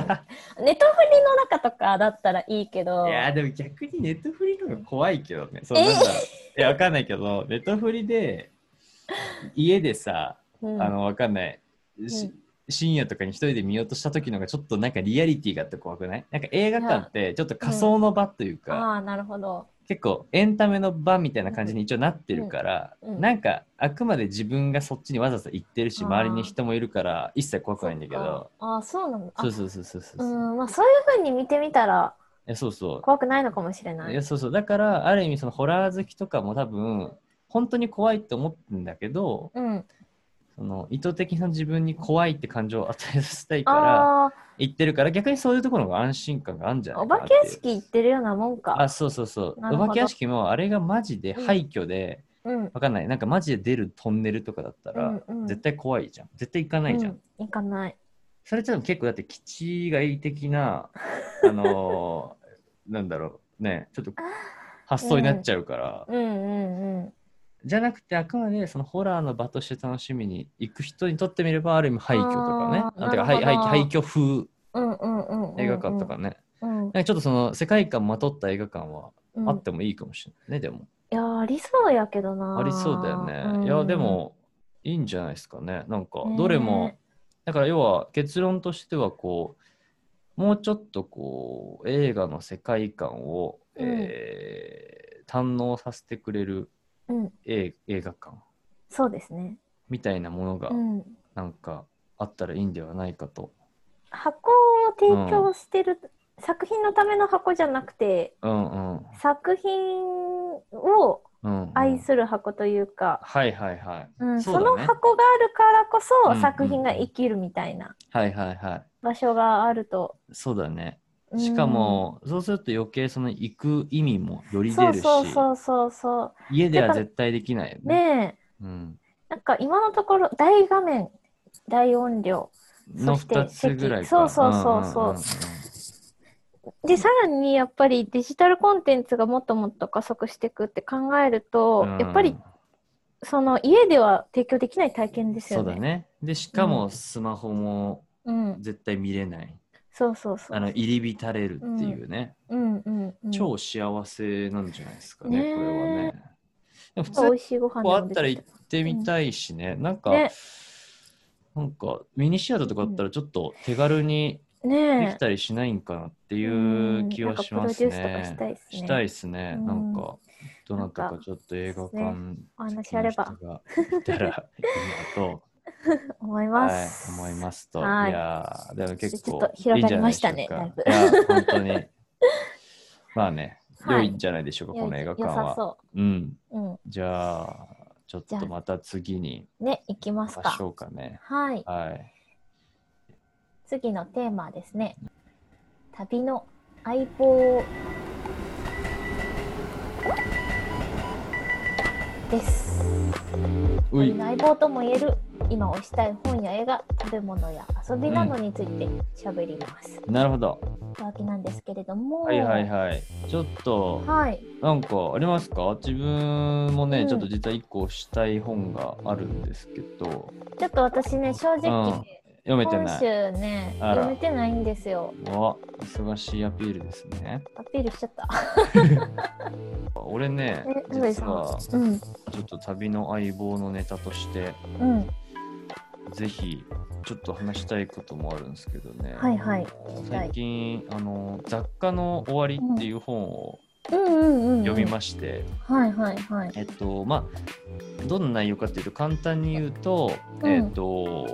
S2: ネトフリの中とかだったらいいけど
S1: いやーでも逆にネットフリの方が怖いけどね。そうなんだろういやわかんないけどネットフリで家でさ
S2: うん
S1: あのわかんない、し
S2: うん
S1: 深夜とかに一人で見ようとした時のがちょっとなんかリアリティがあって怖くないなんか映画館ってちょっと仮想の場というか、
S2: ああなるほど
S1: 結構エンタメの場みたいな感じに一応なってるから、
S2: うんうん
S1: なんかあくまで自分がそっちにわざわざ行ってるし周りに人もいるから一切怖くないんだけど
S2: そっかあーそうなんだあ
S1: そうそうそうそうそうう、い
S2: んまあそういう風に見てみたら
S1: やそうそう
S2: 怖くないのかもしれないい
S1: やそうそうだからある意味そのホラー好きとかも多分本当に怖いって思ってんだけど
S2: うん
S1: その意図的な自分に怖いって感情を与えさせたいから
S2: あ
S1: 言ってるから逆にそういうところが安心感があるんじゃ
S2: あ
S1: な
S2: お
S1: いか
S2: 化
S1: な
S2: け屋
S1: っていう
S2: 敷行ってるようなもん
S1: あ
S2: か
S1: そうそうそう
S2: なるほ
S1: お
S2: ど
S1: 化け屋敷もあれがマジで廃墟で、
S2: うん
S1: わかんないなんかマジで出るトンネルとかだったら、
S2: うんうん
S1: 絶対怖いじゃん絶対行かないじゃん、
S2: うん行かない
S1: それちょっと結構だって基 地外的なあのーなんだろうねちょっと発想になっちゃうから、
S2: うんうんうん。
S1: じゃなくてあくまでそのホラーの場として楽しみに行く人にとってみればある意味廃墟とかね
S2: あー
S1: あてか廃
S2: なるほど
S1: 廃廃墟風
S2: うんうんうんうんうん。
S1: 映画館とかね、
S2: うん。
S1: なんかちょっとその世界観まとった映画館は
S2: うん。
S1: あってもいいかもしれないね、でも
S2: いやー、ありそうやけどなー。
S1: ありそうだよね、
S2: うん
S1: いやで。もいいんじゃないですかねなんか
S2: ね
S1: どれも、だから要は結論としてはこうもうちょっとこう映画の世界観を、
S2: うん
S1: えー堪能させてくれる
S2: うん。
S1: 映映画館
S2: そうですね。
S1: みたいなものが
S2: うん。
S1: なんかあったらいいんではないかと。
S2: 箱を提供してる、作品のための箱じゃなくて、
S1: うんうん
S2: 作品を
S1: うんうん、
S2: 愛する箱というか、
S1: はいはいはい。
S2: うん
S1: そ
S2: そう
S1: だね
S2: の箱があるからこ
S1: うんうんう
S2: そ
S1: ん
S2: 作品が生きるみたいな
S1: はいはいはい。
S2: 場所があると。
S1: そうだね。
S2: うん
S1: しか、も、そうすると余計その行く意味もより出
S2: そう
S1: るし、
S2: そうそうそうそう。
S1: 家では絶対できないよね。
S2: ねえ、
S1: うん、
S2: なんか今のところ大画面、大音量。
S1: の
S2: そして
S1: 2つぐらいか。
S2: 席そうそうそうそう
S1: んん
S2: ん
S1: ん
S2: で、さらにやっぱりデジタルコンテンツがもっともっと加速していくって考えると、
S1: うん
S2: やっぱりその家では提供できない体験です
S1: そ
S2: よ
S1: う
S2: ね。
S1: だね。で、しか
S2: う
S1: も
S2: ん
S1: スマホも
S2: うん。
S1: 絶対見れない。
S2: そうそうそう。
S1: あの入り浸れるっていうね、
S2: うんうんうん。
S1: 超幸せなんじゃないですかね、
S2: ねえ
S1: これはね。でも普通
S2: 美味しいご飯
S1: こうあ
S2: でも
S1: っ
S2: で
S1: たら
S2: き
S1: 行ってみたいしね、なんか、
S2: ね
S1: なんかミニシアターとかあったらちょっと手軽にで
S2: ね
S1: きたりしないんかなってい
S2: うん
S1: う気はします
S2: なんかプロデュースと
S1: ね
S2: かした。いですね
S1: したいですね。
S2: うん
S1: なんか、どなたかちょっと映画館
S2: な
S1: 好
S2: んお
S1: き
S2: 話あ
S1: な
S2: れ
S1: 人
S2: ば
S1: がいた らいいなと、
S2: 思いま
S1: はい
S2: す。、
S1: 思いますと。い
S2: はい
S1: やーでも結構
S2: ちょっと広がりましたね
S1: いいんじゃないで
S2: だ
S1: しょうかいや、本当 に。まあね、
S2: は
S1: 良
S2: い
S1: いんじゃないでしょうか、この映画館
S2: よさ
S1: は。
S2: そ
S1: うん。
S2: う。うん。
S1: じゃあ、ちょっ
S2: じゃ
S1: と
S2: あ
S1: また次に
S2: ね、行きま
S1: 行
S2: す
S1: きまし
S2: か。
S1: ょうかね。
S2: はい。
S1: はい。
S2: 次のテーマはですね。旅の相棒です。
S1: う
S2: 旅
S1: い。
S2: の相棒とも言える今推したい本や映画、食べ物や遊びなどについて喋ります。
S1: なるほど。
S2: というわけなんですけれども。
S1: はいはいはい。ちょっと、
S2: はい。
S1: なんかありますか自分もね、
S2: うん
S1: ちょっと実は1個したい本があるんですけど、
S2: ちょっと私ね、正直、
S1: うん読めて
S2: 今
S1: ない。
S2: 週ね、
S1: あら
S2: 読めてないんですよ。
S1: わ、忙しいアピールですね。
S2: アピールしちゃった。
S1: 俺ね
S2: え、上
S1: 実
S2: さ
S1: はち
S2: うん、
S1: ょっと旅の相棒のネタとして、
S2: うん、
S1: ぜひちょっと話したいこともあるんですけどね。
S2: はいはい
S1: 最近、あの、雑貨の終わりっていう本を
S2: うん、うん、うん。
S1: 読み
S2: し
S1: まして、
S2: た。はい、はい、はい。
S1: えっとまあどんな内容かっていうと簡単に言うと、
S2: うん
S1: えっと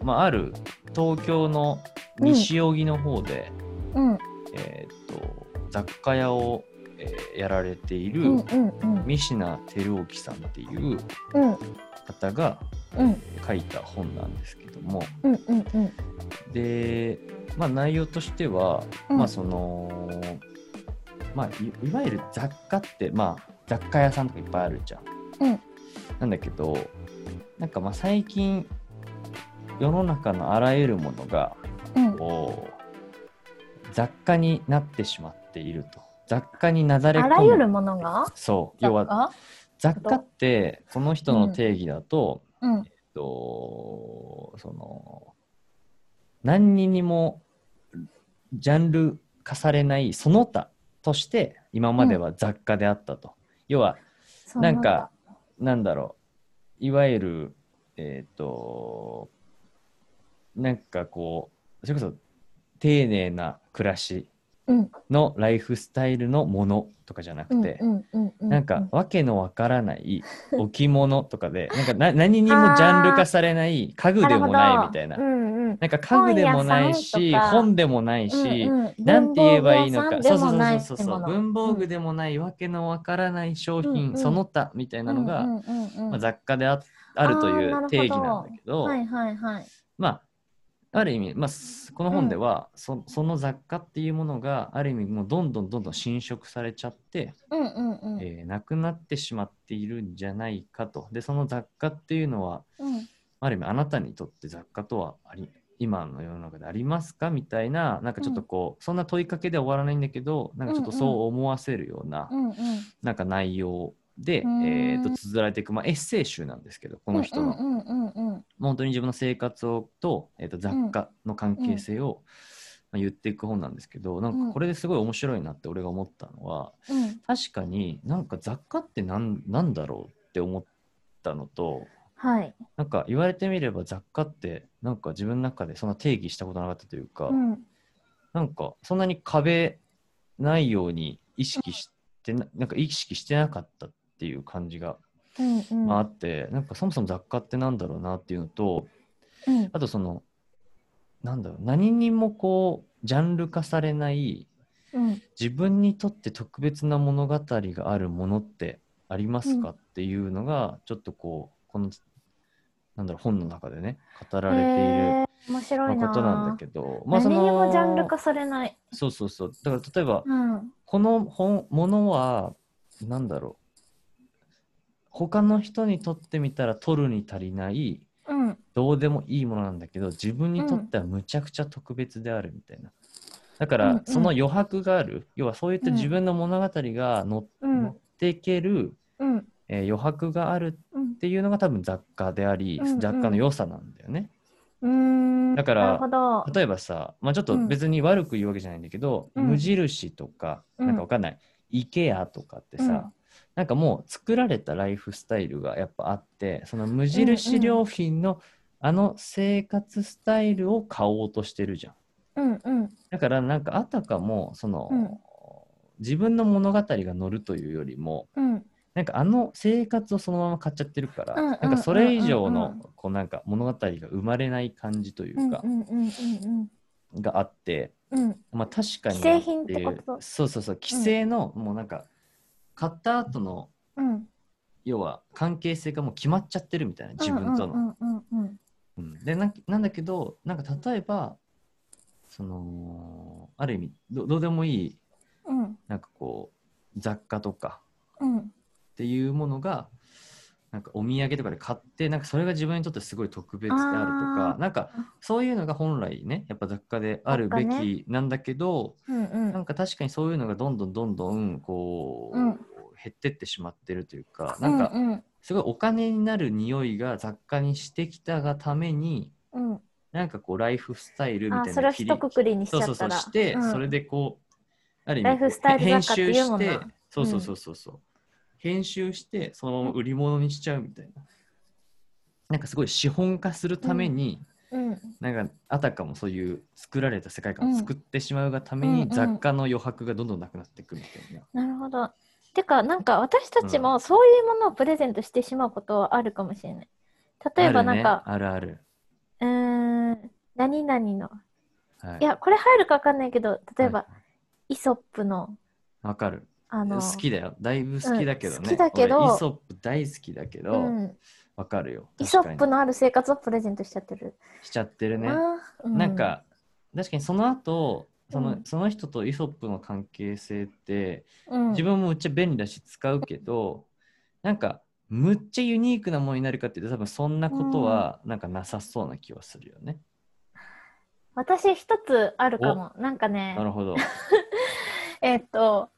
S1: まあある東京の西荻の方で、
S2: うん、
S1: えっと雑貨屋を、えーやられてい
S2: うん、
S1: る
S2: うん、うん、
S1: 三品照興さんっていう
S2: うん、
S1: 方が
S2: うん、
S1: 書いた本なんですけども
S2: うん、うん、うん。
S1: で、まあ、内容としては、
S2: うん
S1: まあその、まあ、いいわゆる雑貨って、まあ、雑貨屋さんとかいっぱいあるじゃん。
S2: うん
S1: なんだけどなんかまあ最近世の中のあらゆるものが
S2: うん、
S1: こう雑貨になってしまっていると雑貨になだれ込
S2: あ
S1: む
S2: らゆるものが。
S1: そう要は
S2: は。
S1: 雑貨ってこの人の定義だと、
S2: うん、
S1: とその何にもジャンル化されないその他として今までは雑貨であったと、要は
S2: そう
S1: なんか。なんだろういわゆるえっ、となんかこうそれこそ丁寧な暮らし
S2: うん、
S1: のライフスタイルのものとかじゃな
S2: う
S1: く
S2: ん、
S1: て、
S2: うん、うん、う
S1: なんか。わけのわからない置物とかで なんかな何にもジャンル化されない家具でもないみたいな
S2: るほどうん、うん。
S1: なんか家具でもない
S2: 本屋さん
S1: し
S2: とか
S1: 本でもないし、
S2: うんうん
S1: なんて言えばいいのか
S2: 文房具屋
S1: そうそ
S2: さんでも
S1: う
S2: ない
S1: そう
S2: って
S1: そう
S2: も
S1: そ
S2: の
S1: う文房具でもないわけのわからない商品、
S2: うんうん
S1: その他みたいなのが、
S2: うんうんうんうん
S1: まあ、雑貨でああるとい
S2: あーなるほど
S1: う定義なんだけど
S2: はいはいはい。
S1: まあある意味、まあ、すこの本では、そその雑貨っていうものがある意味もうどんどんどんどん侵食されちゃって、
S2: うんうんうん。
S1: えーなくなってしまっているんじゃないかと。で、その雑貨っていうのは、
S2: うん
S1: ある意味あなたにとって雑貨とはあり今の世の中でありますかみたいななんかちょっとこう、そんな問いかけでは終わらないんだけどなんかちょっとそう思わせるような、
S2: うんうん。
S1: なんか内容で、
S2: うん
S1: えー、と綴られていく、まあ、エッセイ集なんですけどこの人の、
S2: うんうんうんうん
S1: もう本当に自分の生活をと,、えー、と雑貨の関係性を、まあ、言っていく本なんですけどなんかこれですごい面白いなって俺が思ったのは
S2: うん。
S1: 確かになんか雑貨ってなんなんだろうって思ったのと
S2: はい。
S1: なんか言われてみれば雑貨ってなんか自分の中でそんな定義したことなかったというか、
S2: うん。
S1: なんかそんなに壁ないように意識してななんか意識してなかったっていう感じが
S2: うんうん。
S1: まああって、なんかそもそも雑貨ってなんだろうなっていうのと
S2: うん
S1: あとそのなんだろう何にもこうジャンル化されない
S2: うん
S1: 自分にとって特別な物語があるものってありますか、
S2: う
S1: っていうのがちょっとこうこのなんだろう本の中でね語られて
S2: へー面
S1: い
S2: 白
S1: る
S2: いな。
S1: ことなんだけど、まあそ
S2: 何に
S1: の
S2: もジャンル化されない。
S1: そうそうそうだから例えば、
S2: うん。
S1: この本ものはなんだろう他の人にとってみたら取るに足りない
S2: うん。
S1: どうでもいいものなんだけど自分にとってはむちゃくちゃ特別であるみたいな、だか
S2: うんう
S1: ら
S2: ん
S1: その余白がある、要はそういった
S2: うん
S1: 自分の物語がの
S2: うん
S1: 乗っていける、
S2: うん。
S1: えー余白がある
S2: うん
S1: っていうのが多分雑貨であり、
S2: うんうん
S1: 雑貨の良さなんだよね
S2: うーん。
S1: だから
S2: なるほど。
S1: 例えばさ、まあ、ちょっと別に悪く言うわけじゃないんだけど、
S2: うん
S1: 無印とか、
S2: うん
S1: なんかわかんない IKEA とかってさ、
S2: うん
S1: なんかもう作られたライフスタイルがやっぱあってその無印良品のあの生活スタイルを買おうとしてるじゃん。
S2: うんうん。
S1: だからなんかあたかもその、
S2: うん
S1: 自分の物語が乗るというよりも
S2: うん。
S1: なんかあの生活をそのまま買っちゃってるから、
S2: うんうん
S1: なんかそれ以上
S2: うんうん
S1: のこうなんか物語が生まれない感じというか
S2: う、んうんうん
S1: があって。
S2: うんうん
S1: まあ確かに
S2: 既製品ってこ
S1: い
S2: と
S1: うそうそうそう既製の、もうなんか買った後の
S2: うん
S1: 要は関係性がもう決まっちゃってるみたいな自分との、
S2: うんうんうん
S1: うんでなんなんだけどなんか例えばそのある意味どどうでもいい
S2: うん
S1: なんかこう雑貨とか
S2: うん
S1: っていうものがなんかお土産とかで買ってなんかそれが自分にとってすごい特別であると
S2: あ
S1: か
S2: ー
S1: なんかそういうのが本来ねやっぱ雑貨であるべきなんだけど、
S2: うんうん
S1: なんか確かにそういうのがどんどんどんどんこう、
S2: うん
S1: 減ってってしまってるというかなんか
S2: うん
S1: すごいお金になる匂いが雑貨にしてきたがために
S2: うんうん
S1: なんかこうライフスタイルみ
S2: あ
S1: たい
S2: そ
S1: な
S2: れを
S1: の切
S2: 一
S1: り
S2: 括りにしち
S1: そう
S2: ゃ
S1: そう
S2: っ
S1: そ
S2: た
S1: う
S2: ら
S1: して、
S2: うん
S1: それでこうある意
S2: ライフスタイル
S1: 編
S2: 雑貨って
S1: 集
S2: いうも
S1: し
S2: んな
S1: てそうそうそうそうそう、編集してそのまま売り物にしちゃうみたいななんかすごい資本化するために、
S2: うん
S1: なんかあたかもそういう作られた世界観
S2: う
S1: を
S2: ん
S1: 作ってしまうがため
S2: うんう
S1: に
S2: ん
S1: 雑貨の余白がどんどんなくなっていくみたいな。
S2: なるほどてかなんか私たち
S1: う
S2: もそういうものをプレゼントしてしまうことはあるかもしれない例えばなんか、
S1: ある,、ね、ある
S2: うーん何々の
S1: ある。はい
S2: やこれ入るかわかんないけど例えば、
S1: は
S2: イソップの
S1: いわかる。
S2: あの
S1: 好きだよ。だいぶ好きだけどね。
S2: うん好きだけど
S1: 俺イソップ大好きだけど、わ、
S2: うん、
S1: かるよ。
S2: イソップ
S1: 確か
S2: のある生活をプレゼントしちゃってる
S1: にしちゃってるね。
S2: な、う
S1: なんか確かにその後その、
S2: うん
S1: その人とイソップの関係性って
S2: うん
S1: 自分もむっちゃ便利だし使うけど、なんかむっちゃユニークなものになるかっていうと多分そんなことはなんかなさそうな気はするよね。
S2: 私一つあるかも。なんか
S1: な
S2: ね、
S1: るほど。はい
S2: えーっと、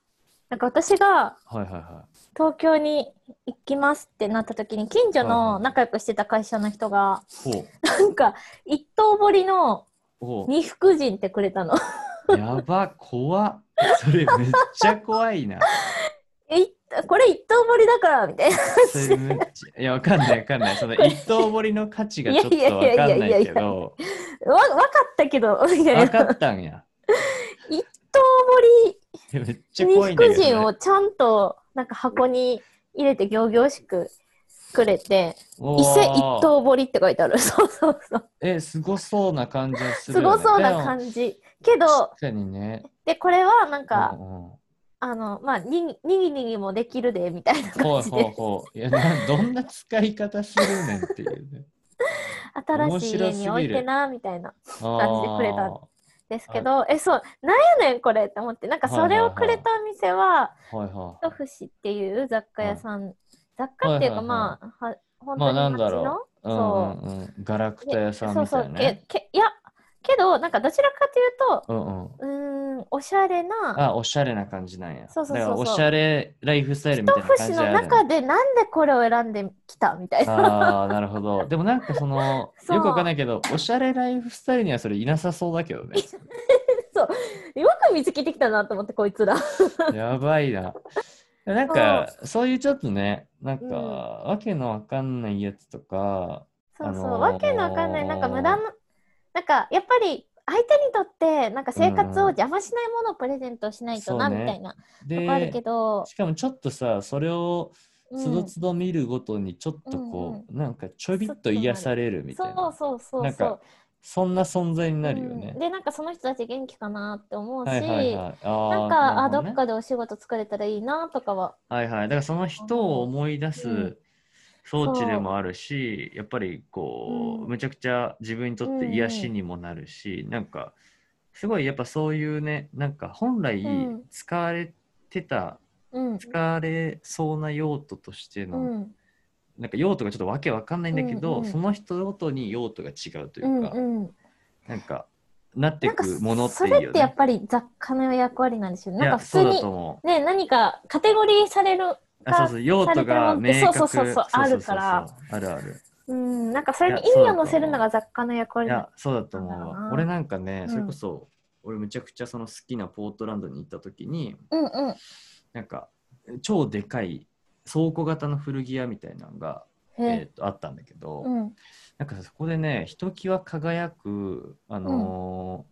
S2: なんか私が
S1: はいは
S2: 東京に行きますってなった時に、近所
S1: はいは
S2: の
S1: い
S2: 仲良くしてた会社の人が、
S1: い。ほう。
S2: なんか一刀彫りの
S1: お
S2: 二福神ってくれたの。
S1: やば怖っそれめっちゃ怖いな
S2: え、いこれ一刀彫りだから、みたいな。
S1: それめっちゃいやわかんないわかんないその一刀彫りの価値がちょっと
S2: いやい
S1: わ
S2: やい
S1: か
S2: や
S1: ん
S2: い
S1: な
S2: やいや
S1: いけど
S2: わ、わかったけど、 みたいな。
S1: わ
S2: 一
S1: か
S2: 刀
S1: ったんやいやめっちゃ
S2: 彫
S1: 怖いん
S2: り二
S1: だけ
S2: 福神
S1: ど、
S2: を
S1: ね、
S2: ちゃんと、なんか箱に入れて行々しくくれて、
S1: おー
S2: 伊勢一刀彫りって書いてある。 そうそうそう。
S1: えすごそうな感じがする
S2: す
S1: よ、ね、
S2: ごそうな感じ。け
S1: でも
S2: ど、
S1: 確かにね
S2: で、これはなんか、
S1: うんうん
S2: あの、まあ、にぎにぎにぎもできるで、みたいな
S1: ほ
S2: 感
S1: う
S2: じ
S1: ほう
S2: で、
S1: ほういやなどんな使い方するねんっていう ね
S2: 新しい家
S1: 面白すぎ
S2: に
S1: る
S2: 置いてな、みたいな、
S1: 感
S2: じでくれたですけど、え、そう、なんやねん、これって思って、なんか
S1: はいは
S2: そ
S1: いはい
S2: れをくれたお店
S1: は
S2: は、
S1: いは
S2: トフシっていう雑貨屋さん、雑貨ってい
S1: はいはい
S2: うか、
S1: はい
S2: まあ、は本
S1: いまあ
S2: 当
S1: な
S2: に
S1: んだ
S2: 街の、
S1: ろううんうんうんガラクタ屋さん
S2: そう
S1: み
S2: そ
S1: たいうな
S2: け
S1: ね
S2: け、いや、けど、なんかどちらかというと、
S1: うんうん。
S2: うーん、おしゃれな、
S1: あ、おしゃれな感じなんや。
S2: そうそうそうそう
S1: だからおしゃれライフスタイルみたいな感
S2: 節
S1: じ
S2: の
S1: あるやん
S2: 中でなんでこれを選んできたみたいな。
S1: あーなるほど。でもなんかその、
S2: そう
S1: よくわかんないけど、おしゃれライフスタイルにはそれいなさそうだけ どね。
S2: よく見つけてきたなと思って、こいつら。
S1: やばいな。なんか、そういうちょっとね、なんか、わけのわかんないやつとか、
S2: そうそう、
S1: あのー
S2: わけのわかんない、なんか無駄な、なんかやっぱり相手にとって、なんか生活を邪魔しないものをプレゼントしないとな、
S1: うんうん
S2: みたいなとこある
S1: で
S2: け、ど、
S1: しかもちょっとさ、それを
S2: うん
S1: つどつど見るごとに、ちょっとこう、なんかちょびっと癒されるみたい
S2: そう
S1: な、
S2: そうそう
S1: なん
S2: そ
S1: か
S2: う。
S1: そんな存在になるよ
S2: う
S1: ね
S2: ん。で、なんかその人たち元気かなって思うし、
S1: はいはいはい。あー
S2: なんか、あ、
S1: なる
S2: ど
S1: ほどね
S2: っかでお仕事作れたらいいなとかは。
S1: はいはい。だからその人を思い出
S2: うん
S1: す装置でもあるし、やっぱりこう、
S2: うん
S1: むちゃくちゃ自分にとって癒しにもなるし、なんか、すごいやっぱそういうね、なんか本来
S2: うん
S1: 使われてた、
S2: うん。
S1: 使われそうな用途として
S2: う
S1: の、
S2: ん。
S1: なんか用途がちょっとわけわかんないんだけど、
S2: うんうん
S1: その人ごとに用途が違うといううか、
S2: んうん。
S1: なんか、なって
S2: なんか
S1: くものって
S2: そ
S1: いいよね。
S2: れってやっぱり雑貨の役割なんですよ。
S1: い
S2: なん
S1: や
S2: か普通
S1: そうだ
S2: に
S1: と、思う。
S2: ね、何かカテゴリーされる
S1: あそうそう用途が明確
S2: そうそうそうそうあるから
S1: そうそうそうあるある。
S2: うん、なんかそれに
S1: い
S2: 意
S1: やそうだと思
S2: 味を
S1: う
S2: 乗せるのが雑貨の役
S1: い
S2: 割だ
S1: や、そうだと思う
S2: なんだろう
S1: わ
S2: な。
S1: 俺なんかね
S2: う、ん
S1: それこそ、俺むちゃくちゃその好きなポートランドに行った時に、
S2: うんうん。
S1: なんか、超でかい倉庫型の古着屋みたいなのが、
S2: へ
S1: えーとあったんだけど、
S2: うん。
S1: なんかそこでね、ひときわ輝く、あの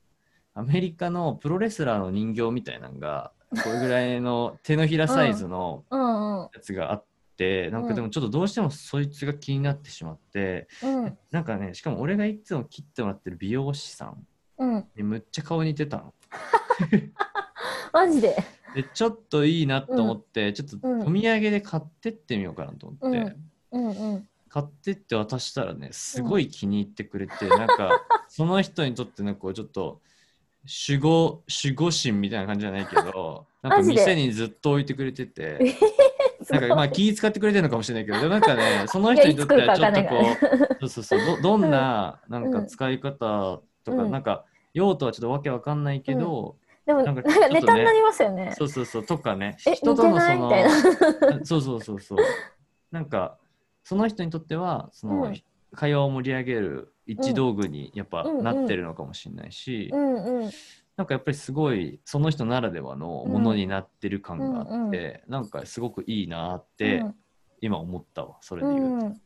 S1: ーアメリカのプロレスラーの人形みたいなのが、これぐらいの手のひらサイズの
S2: うん うん。
S1: やつがあって、なんかでもちょっとどうしてもそいつが気になってしまって、
S2: うん。
S1: なんかね、しかも俺がいつも切ってもらってる美容師さん
S2: うん。
S1: でむっちゃ顔似てたの。
S2: マジで。
S1: でちょっといいなと思って、ちょっと
S2: うん
S1: お土産で買ってってみようかなと思って、
S2: うんうんうん。
S1: 買ってって渡したらねすごい気に入ってくれて、なん かその人にとってなんかこうちょっと守護守護神みたいな感じじゃないけどなんか
S2: マジで
S1: 店にずっと置いてくれててなんかまあ気使ってくれてるのかもしれないけどでもなんか ねその人にとってはちょっと
S2: いやい
S1: こうそうそうそうどどんななんか
S2: うん
S1: 使い方とか、
S2: うん
S1: なんか用途はちょっとわけわかんないけど、
S2: でも、
S1: な
S2: なん
S1: か
S2: んか
S1: ちょっとね
S2: ネタになりますよね。
S1: そうそうそうとかね
S2: え
S1: 人との
S2: 似てな
S1: そ
S2: い
S1: の
S2: みたいな
S1: そうそうそうそうなんかその人にとってはその、
S2: うん
S1: 会話を盛り上げる一道具にやっぱ
S2: うんうん
S1: なってるのかもしれないし、
S2: うんうん。
S1: なんかやっぱりすごいその人ならではのものになってる感があって、
S2: うんうん
S1: なんかすごくいいなって
S2: うん
S1: 今思ったわそれ
S2: う
S1: で言うと、
S2: ん。なんか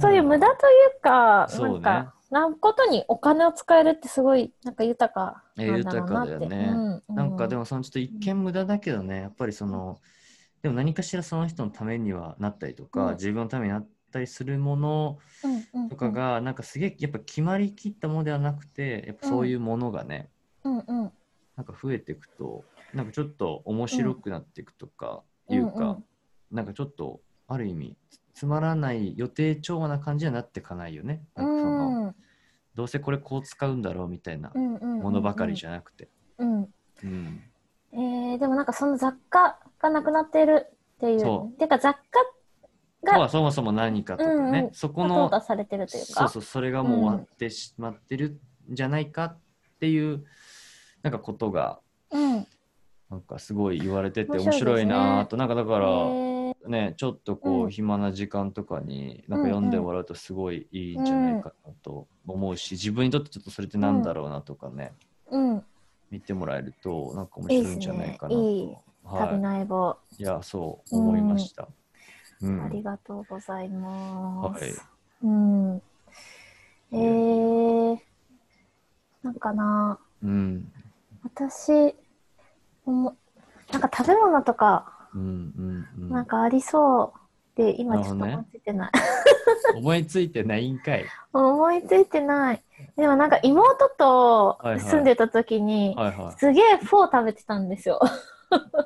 S2: そういう無駄というか、
S1: そう
S2: な
S1: ね
S2: んか、なんことにお金を使えるってすごい、なんか豊かなんだろ
S1: え
S2: うなって。
S1: 豊かだよね
S2: う
S1: なんかで
S2: も、
S1: もそのちょっと一見無駄だけどねやっぱりそのでも何かしらその人のためにはなったりとか、
S2: うん
S1: 自分のためになったりするもの
S2: うんうんうん
S1: とか、がなんかすげえやっぱ決まりきったものではなくてやっぱそういうものがね、
S2: うんうん。
S1: なんか増えていくとなんかちょっと面白くなっていくとかいうか、
S2: うんうん
S1: なんかちょっとある意味つつまらない予定調和な感じにはなっていかないよねなんかその、
S2: うん
S1: どうせこれこう使うんだろうみたいな
S2: うんうんうん
S1: ものばかりじゃなくて、
S2: うん。
S1: うん
S2: えー、でもなんかその雑貨がなくなってるっていう。
S1: そ
S2: てか雑貨
S1: と
S2: が
S1: はそもそも何かとかね、
S2: うんうん
S1: そこ
S2: 淘
S1: の
S2: 汰されてるという
S1: そう
S2: か。
S1: そうそれがもう終わってしまってるんじゃないかっていうなんかことが
S2: うん。
S1: なんかすごい言われてて面
S2: 面
S1: 白
S2: 白
S1: い
S2: いですね
S1: なぁと、なんかだか
S2: え
S1: ら
S2: ー、
S1: ねちょっとこ
S2: う
S1: うん暇な時間とかになんか読んでもらうとすごいいいんじゃないかなと思うし、自分にとってちょっとそれってなんだろうなとかね、
S2: うん。っ
S1: 見てもらえるとなんか面白いんじゃないかなと
S2: いいですね旅
S1: は
S2: の相棒、
S1: い、いやそう思いました、うん
S2: ありがとうございます。
S1: はい
S2: うん。えー、なんかな、
S1: うん
S2: 私、おもなんか食べ物とか、
S1: うんうんうん
S2: なんかありそうで、今ちょっと
S1: なるほどね
S2: 思いついてない。
S1: 思いついてないんかい
S2: 思いついてない。でもなんか妹と
S1: はいはい
S2: 住んでた時に、
S1: はいは
S2: すげえフォー食べてたんですよ。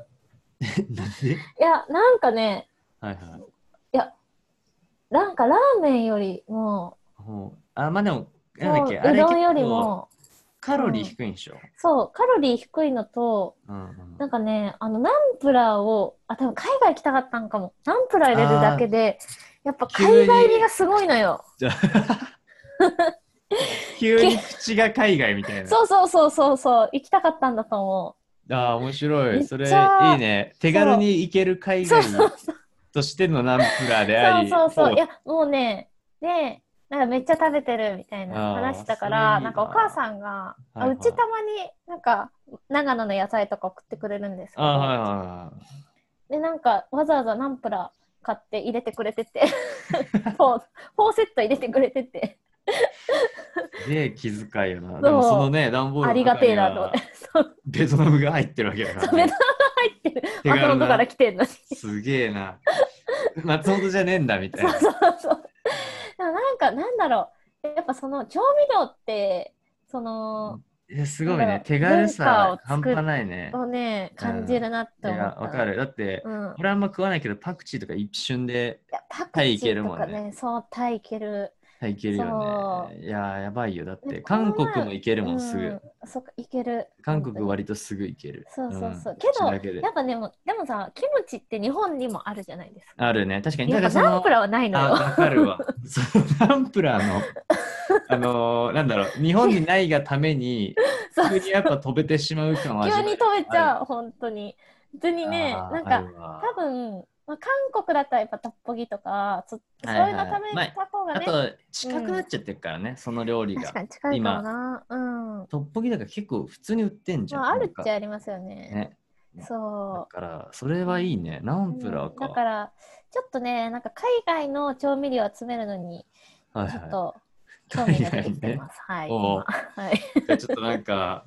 S1: い なんで
S2: いや、なんかね、
S1: はいはい
S2: なんかラーメンよりも、
S1: ほうあまあでも
S2: そ
S1: なんだっ
S2: う
S1: けあ
S2: う
S1: れ
S2: どんより
S1: 結構
S2: も、
S1: カロリー低いんでしょ、
S2: そう、カロリー低いのと、
S1: うんうん
S2: なんかね、あの、ナンプラーを、あ、多分海外行きたかったんかも。ナンプラー入れるだけで、やっぱ海外入りがすごいのよ。
S1: じゃ急に口が海外みたいな。
S2: そうそうそうそうそう行きたかったんだと思
S1: ああ、面白
S2: め
S1: い。
S2: っちゃ
S1: それいいね。手軽に行ける海
S2: うそう
S1: 外
S2: そう
S1: としてのナンプラーであ
S2: そう
S1: り。
S2: そうそうい
S1: も
S2: やもうねでなんかめっちゃ食べてるみたいな
S1: あー
S2: 話したか
S1: それい
S2: ら
S1: いな
S2: なんかお母さんが、あ
S1: はいはいう
S2: ちたまになんか長野の野菜とか送ってくれるんです
S1: あ
S2: けど、
S1: あ、はいはいはい。
S2: でなんかわざわざナンプラー買って入れてくれてて フォーフォーセット入れてくれてて
S1: すげえ気遣いよな。
S2: う
S1: でもそのね、段ボール
S2: ありがてえなと思って
S1: て。ベトナムが入ってるわけだか
S2: そ
S1: ら、
S2: うベ
S1: ね
S2: トナム 入。ってる
S1: 手軽な
S2: 松本から来てんのに
S1: すげえな。松本じゃねえんだみたい
S2: そう
S1: な。
S2: そうそう。でもなんかなんだろう。やっぱその調味料ってその
S1: いやすごい
S2: なん
S1: ね。
S2: か
S1: 手軽さ半
S2: 文化を作る
S1: 端ないね。
S2: をね感じるなっ
S1: い
S2: て思った。
S1: や、わか。る。だって、
S2: うん。
S1: 俺あんま食わないけど、パクチーとか一瞬で
S2: いやパク
S1: タイい
S2: チ
S1: け
S2: ー
S1: る
S2: と
S1: もん
S2: か
S1: ね
S2: ね、そうタイいける。
S1: はいいけるよ
S2: そ
S1: ね。いやー、やばいよ。だって、
S2: ねこ
S1: 韓
S2: の前
S1: 国もいけるもん、す
S2: う
S1: ぐ
S2: ん。。そっかいける。
S1: 韓国
S2: 割
S1: 割とすぐ行ける。
S2: そうそうそう。
S1: ん
S2: け
S1: 口
S2: ど
S1: だけで
S2: やっぱでもでもさキムチって日本にもあるじゃないですか。
S1: あるね。確かに。
S2: やっぱ
S1: その
S2: ナンプラーはないの
S1: あ、
S2: よ。
S1: わかるわ。そのナンプラーの、あのーなんだろう、日本にないがために、
S2: そう
S1: 急にやっぱ飛べてしまう感は味
S2: 急
S1: わえる
S2: に食べちゃう本当に。普通にね
S1: あー
S2: なん
S1: あ
S2: か。
S1: るわ
S2: 多分、まあ、韓国だったらやっぱトッポギとかそそう
S1: はいはい
S2: いうの食べた方が
S1: あ
S2: ね、
S1: と、近くなっちゃってるからね、その料理が
S2: 確か。に近いかもなうん、
S1: トッポギだから結構普通に売ってんじゃん。
S2: まあ、あるっちゃ
S1: ゃ
S2: ありますよね
S1: ね。だ
S2: そ
S1: から、それはいいね。ナ
S2: う
S1: ンプラー
S2: うんだか
S1: か。
S2: らちょっとねなんか海外の調味料を集めるのに
S1: はい
S2: ちょっ
S1: は
S2: と興味が出てき てます、はい、
S1: おう
S2: 今はい、
S1: い。じゃあちょっとなんか、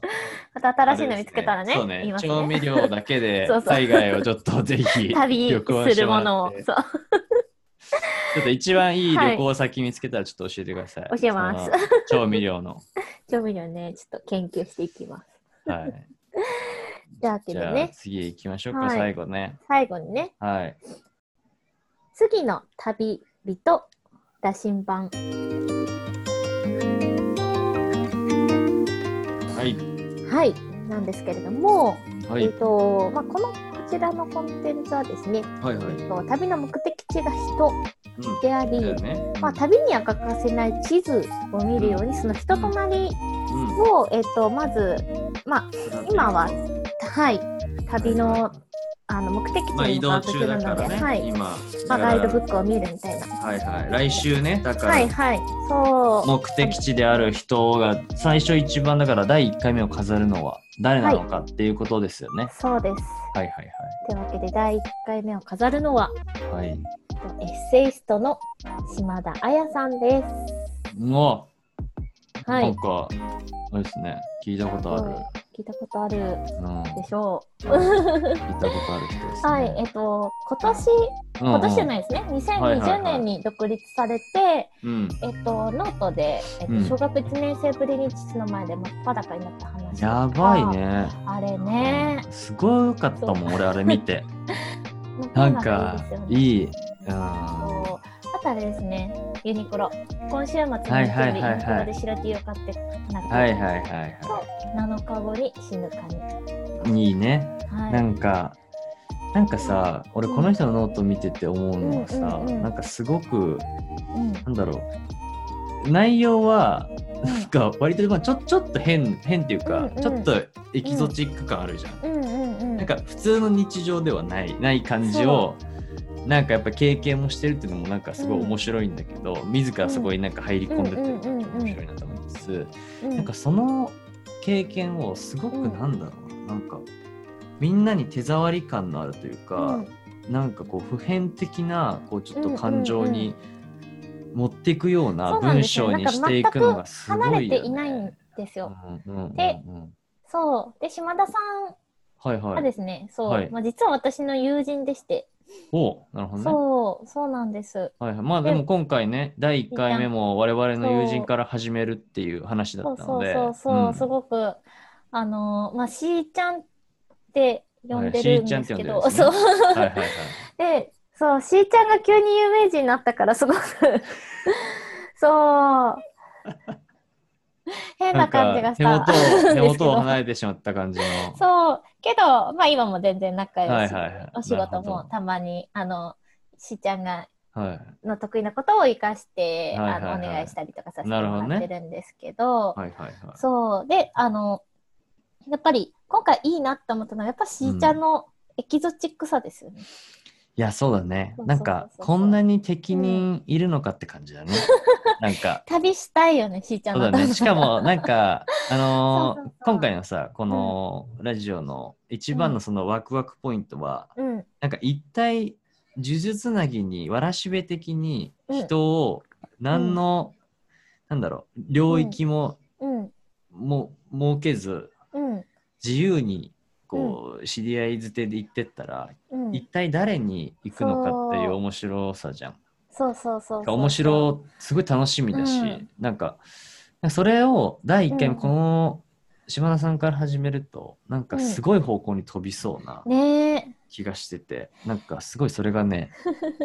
S2: また新しいの見つけたらね
S1: そうね
S2: 言います
S1: 調味
S2: ね
S1: 料だけで
S2: そうそう
S1: 海外をちょっとぜひ
S2: 旅
S1: 旅行し
S2: す
S1: て
S2: るも
S1: も
S2: の
S1: らっ
S2: を
S1: て
S2: そう
S1: ちょっと一番いい旅行先見つけたらちょっと教えてください、
S2: 教えます
S1: その調味 料の
S2: 調味料ねちょっと研究していきます
S1: はい
S2: じゃあけ
S1: じ
S2: ど
S1: ゃあ
S2: ね
S1: 次行きましょうか、
S2: はい
S1: 最後ね
S2: 最後にね
S1: はい
S2: 次の旅人羅針盤
S1: はい
S2: はいなんですけれども、
S1: は
S2: え
S1: い
S2: っ、とまあ、このこちらのコンテンツはですね、
S1: はいはい
S2: えっと旅の目的地が人
S1: うん
S2: であり、
S1: だよね
S2: まあ、旅には欠かせない地図を見るようにその人となり
S1: うん
S2: を、えっとまず、ま今はあ、はい、旅のあの目的地
S1: まあ
S2: に
S1: 移
S2: 向
S1: 動
S2: かうとす
S1: 中
S2: る
S1: だ
S2: ので、
S1: からね、
S2: はい
S1: 今
S2: まあ、ガイドブッ
S1: ク
S2: クを見るみたいな。
S1: はいはい来週ねだから、
S2: はいはい、そう
S1: 目的地である人が最初一番だから第1回目を飾るのは誰なのかっていうことですよね。
S2: そうです。
S1: はい、はい、
S2: というわけで第1回目を飾るのは
S1: はいはい。
S2: えっとエッセイストの島田彩さんです。
S1: もう、
S2: は
S1: ないん、かあれですね聞いたことある、
S2: 聞いたことある
S1: うん、聞
S2: で
S1: い
S2: しょ
S1: たことある人です
S2: う。
S1: ね。
S2: はい、えっと今年
S1: うんうん
S2: 今年じゃないですね。
S1: はいはい
S2: 2020
S1: はい
S2: 年に独立されて、
S1: うん。
S2: えっとノートで、えっと
S1: うん
S2: 小学1年生ぶりに父の前で真っ裸になった話。
S1: やばい。ね。
S2: あれね。
S1: すごかったもん俺あれ見 て。なんか
S2: いいですよね。
S1: いい。うん。
S2: そうあとあれですね、ユニクロ。今週末に
S1: はい
S2: ユニク
S1: はいはいはい
S2: ロで白 T を買ってなくて、
S1: はいはいはいは
S2: 7日後に死ぬかに。
S1: い。いいね。
S2: はい、
S1: なんかなんかさ俺この人のノート見てて思うのはさ、
S2: うんうんうん
S1: なんかすごく
S2: うん
S1: なんだろう内容は
S2: うん
S1: なんか割とまあちょちょっと変変っていうか、
S2: うんうん
S1: ちょっとエキゾチック感あるじゃん、
S2: うんうんうん。
S1: なんか普通の日常ではないない感じをなんかやっぱ経験もしてるっていうのもなんかすごい面白いんだけど、自らそこになんか入り込んでってるっていうのが面白いなと思いつつ、
S2: うん、
S1: なんかその経験をすごく
S2: うん
S1: なんだろうな,、なんかみんなに手触り感のあるという
S2: う
S1: か
S2: ん、、
S1: なんかこう普遍的なこうちょっ
S2: うんうん
S1: と
S2: うん
S1: 感情に持っていくような
S2: そうなん
S1: 文
S2: ですよ
S1: 章にしていくのがすご
S2: 離れ
S1: いよ、ね。
S2: ていないんですよ。
S1: うんうんうんうん
S2: でそう。で、島田さ
S1: はい
S2: ん
S1: は
S2: はで
S1: い。
S2: すね、そう、
S1: はい
S2: まあ、実は私の友人でして、
S1: おなるほどね。
S2: そう、そうなんです。
S1: はいはい、まあでも今回ね第1回目も我々の友人から始めるっていう話だ
S2: そ
S1: っ
S2: う
S1: たの
S2: そう
S1: で
S2: そうそう、
S1: うん
S2: すごく、あのーまあ、しーちゃんって呼んで
S1: はいし
S2: る
S1: ー
S2: ん
S1: ちゃん
S2: で
S1: っ
S2: す
S1: て呼ん
S2: け
S1: で
S2: ど、
S1: るんですね
S2: そう。
S1: はいはいはい
S2: で、そう、しーちゃんが急に有名人になったから、すごく、 そう、変
S1: な
S2: なん感じ
S1: か
S2: がし
S1: 手元を
S2: た。
S1: 手元を
S2: です
S1: 離れてしまった感じの
S2: けどそう、けど、まあ今も全然仲良し。
S1: はいはいはい
S2: お仕
S1: なる
S2: 事
S1: ほど
S2: もたまに、あの、しーちゃんが
S1: はい。
S2: の得意なことを生かして、
S1: はい
S2: あの
S1: はいはい
S2: お願いしたりとかさせて
S1: なるほ
S2: も
S1: どね
S2: らってるんですけど
S1: はいはいはい。
S2: そうであのやっぱり今回いいなって思ったのはやっぱしーちゃんのエキゾチックさですよね。
S1: いや、そうだね
S2: そ。うそうそうそう
S1: なんか、こんなに適任いるのかって感じだ ね。なんか、
S2: 旅したいよねしーちゃん
S1: そうだ ね。しかも、なんか、あのー
S2: そうそうそう
S1: 今回のさ、このラジオの一番のそのワクワクポイントは、
S2: うん
S1: なんか一体、呪術つなぎに、わらしべ的に人を、何の、なんだろう、領域も、
S2: うん
S1: も、設けず、
S2: うん
S1: 自由に、こう、知り合い捨てで行ってったら、
S2: うん
S1: 一体誰に行くのかっていう面白さじゃん。
S2: そうそうそうそう
S1: 面白すごい楽しみだし、
S2: うん
S1: なんかそれを第1回
S2: うん
S1: もこの島田さんから始めるとなんかすごい方向に飛びそうな
S2: ねえ
S1: 気がしてて、なんかすごいそれがね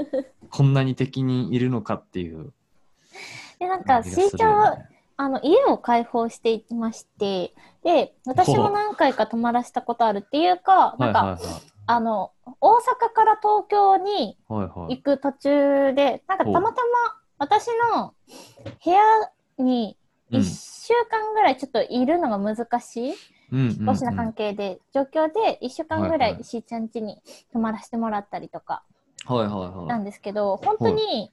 S1: こんなに敵にいるのかっていう
S2: でなんか
S1: 感
S2: し
S1: じが
S2: ー
S1: す
S2: ち
S1: る
S2: ゃん
S1: よ
S2: は
S1: ね。
S2: あの家を開放していましてで私も何回か泊まらせたことあるっていうかなんか、
S1: はいはいはい
S2: あの大阪から東京に
S1: はいはい
S2: 行く途中でなんかたまたま私の部屋に
S1: うん
S2: 1週間ぐらいちょっといるのが難しい、
S1: うんうん
S2: 引っ越しの関係で、状況で1週間ぐら
S1: はいはいい
S2: しーちゃん家に泊まらせてもらったりとか
S1: はいはい
S2: な
S1: は
S2: んですけど、本当に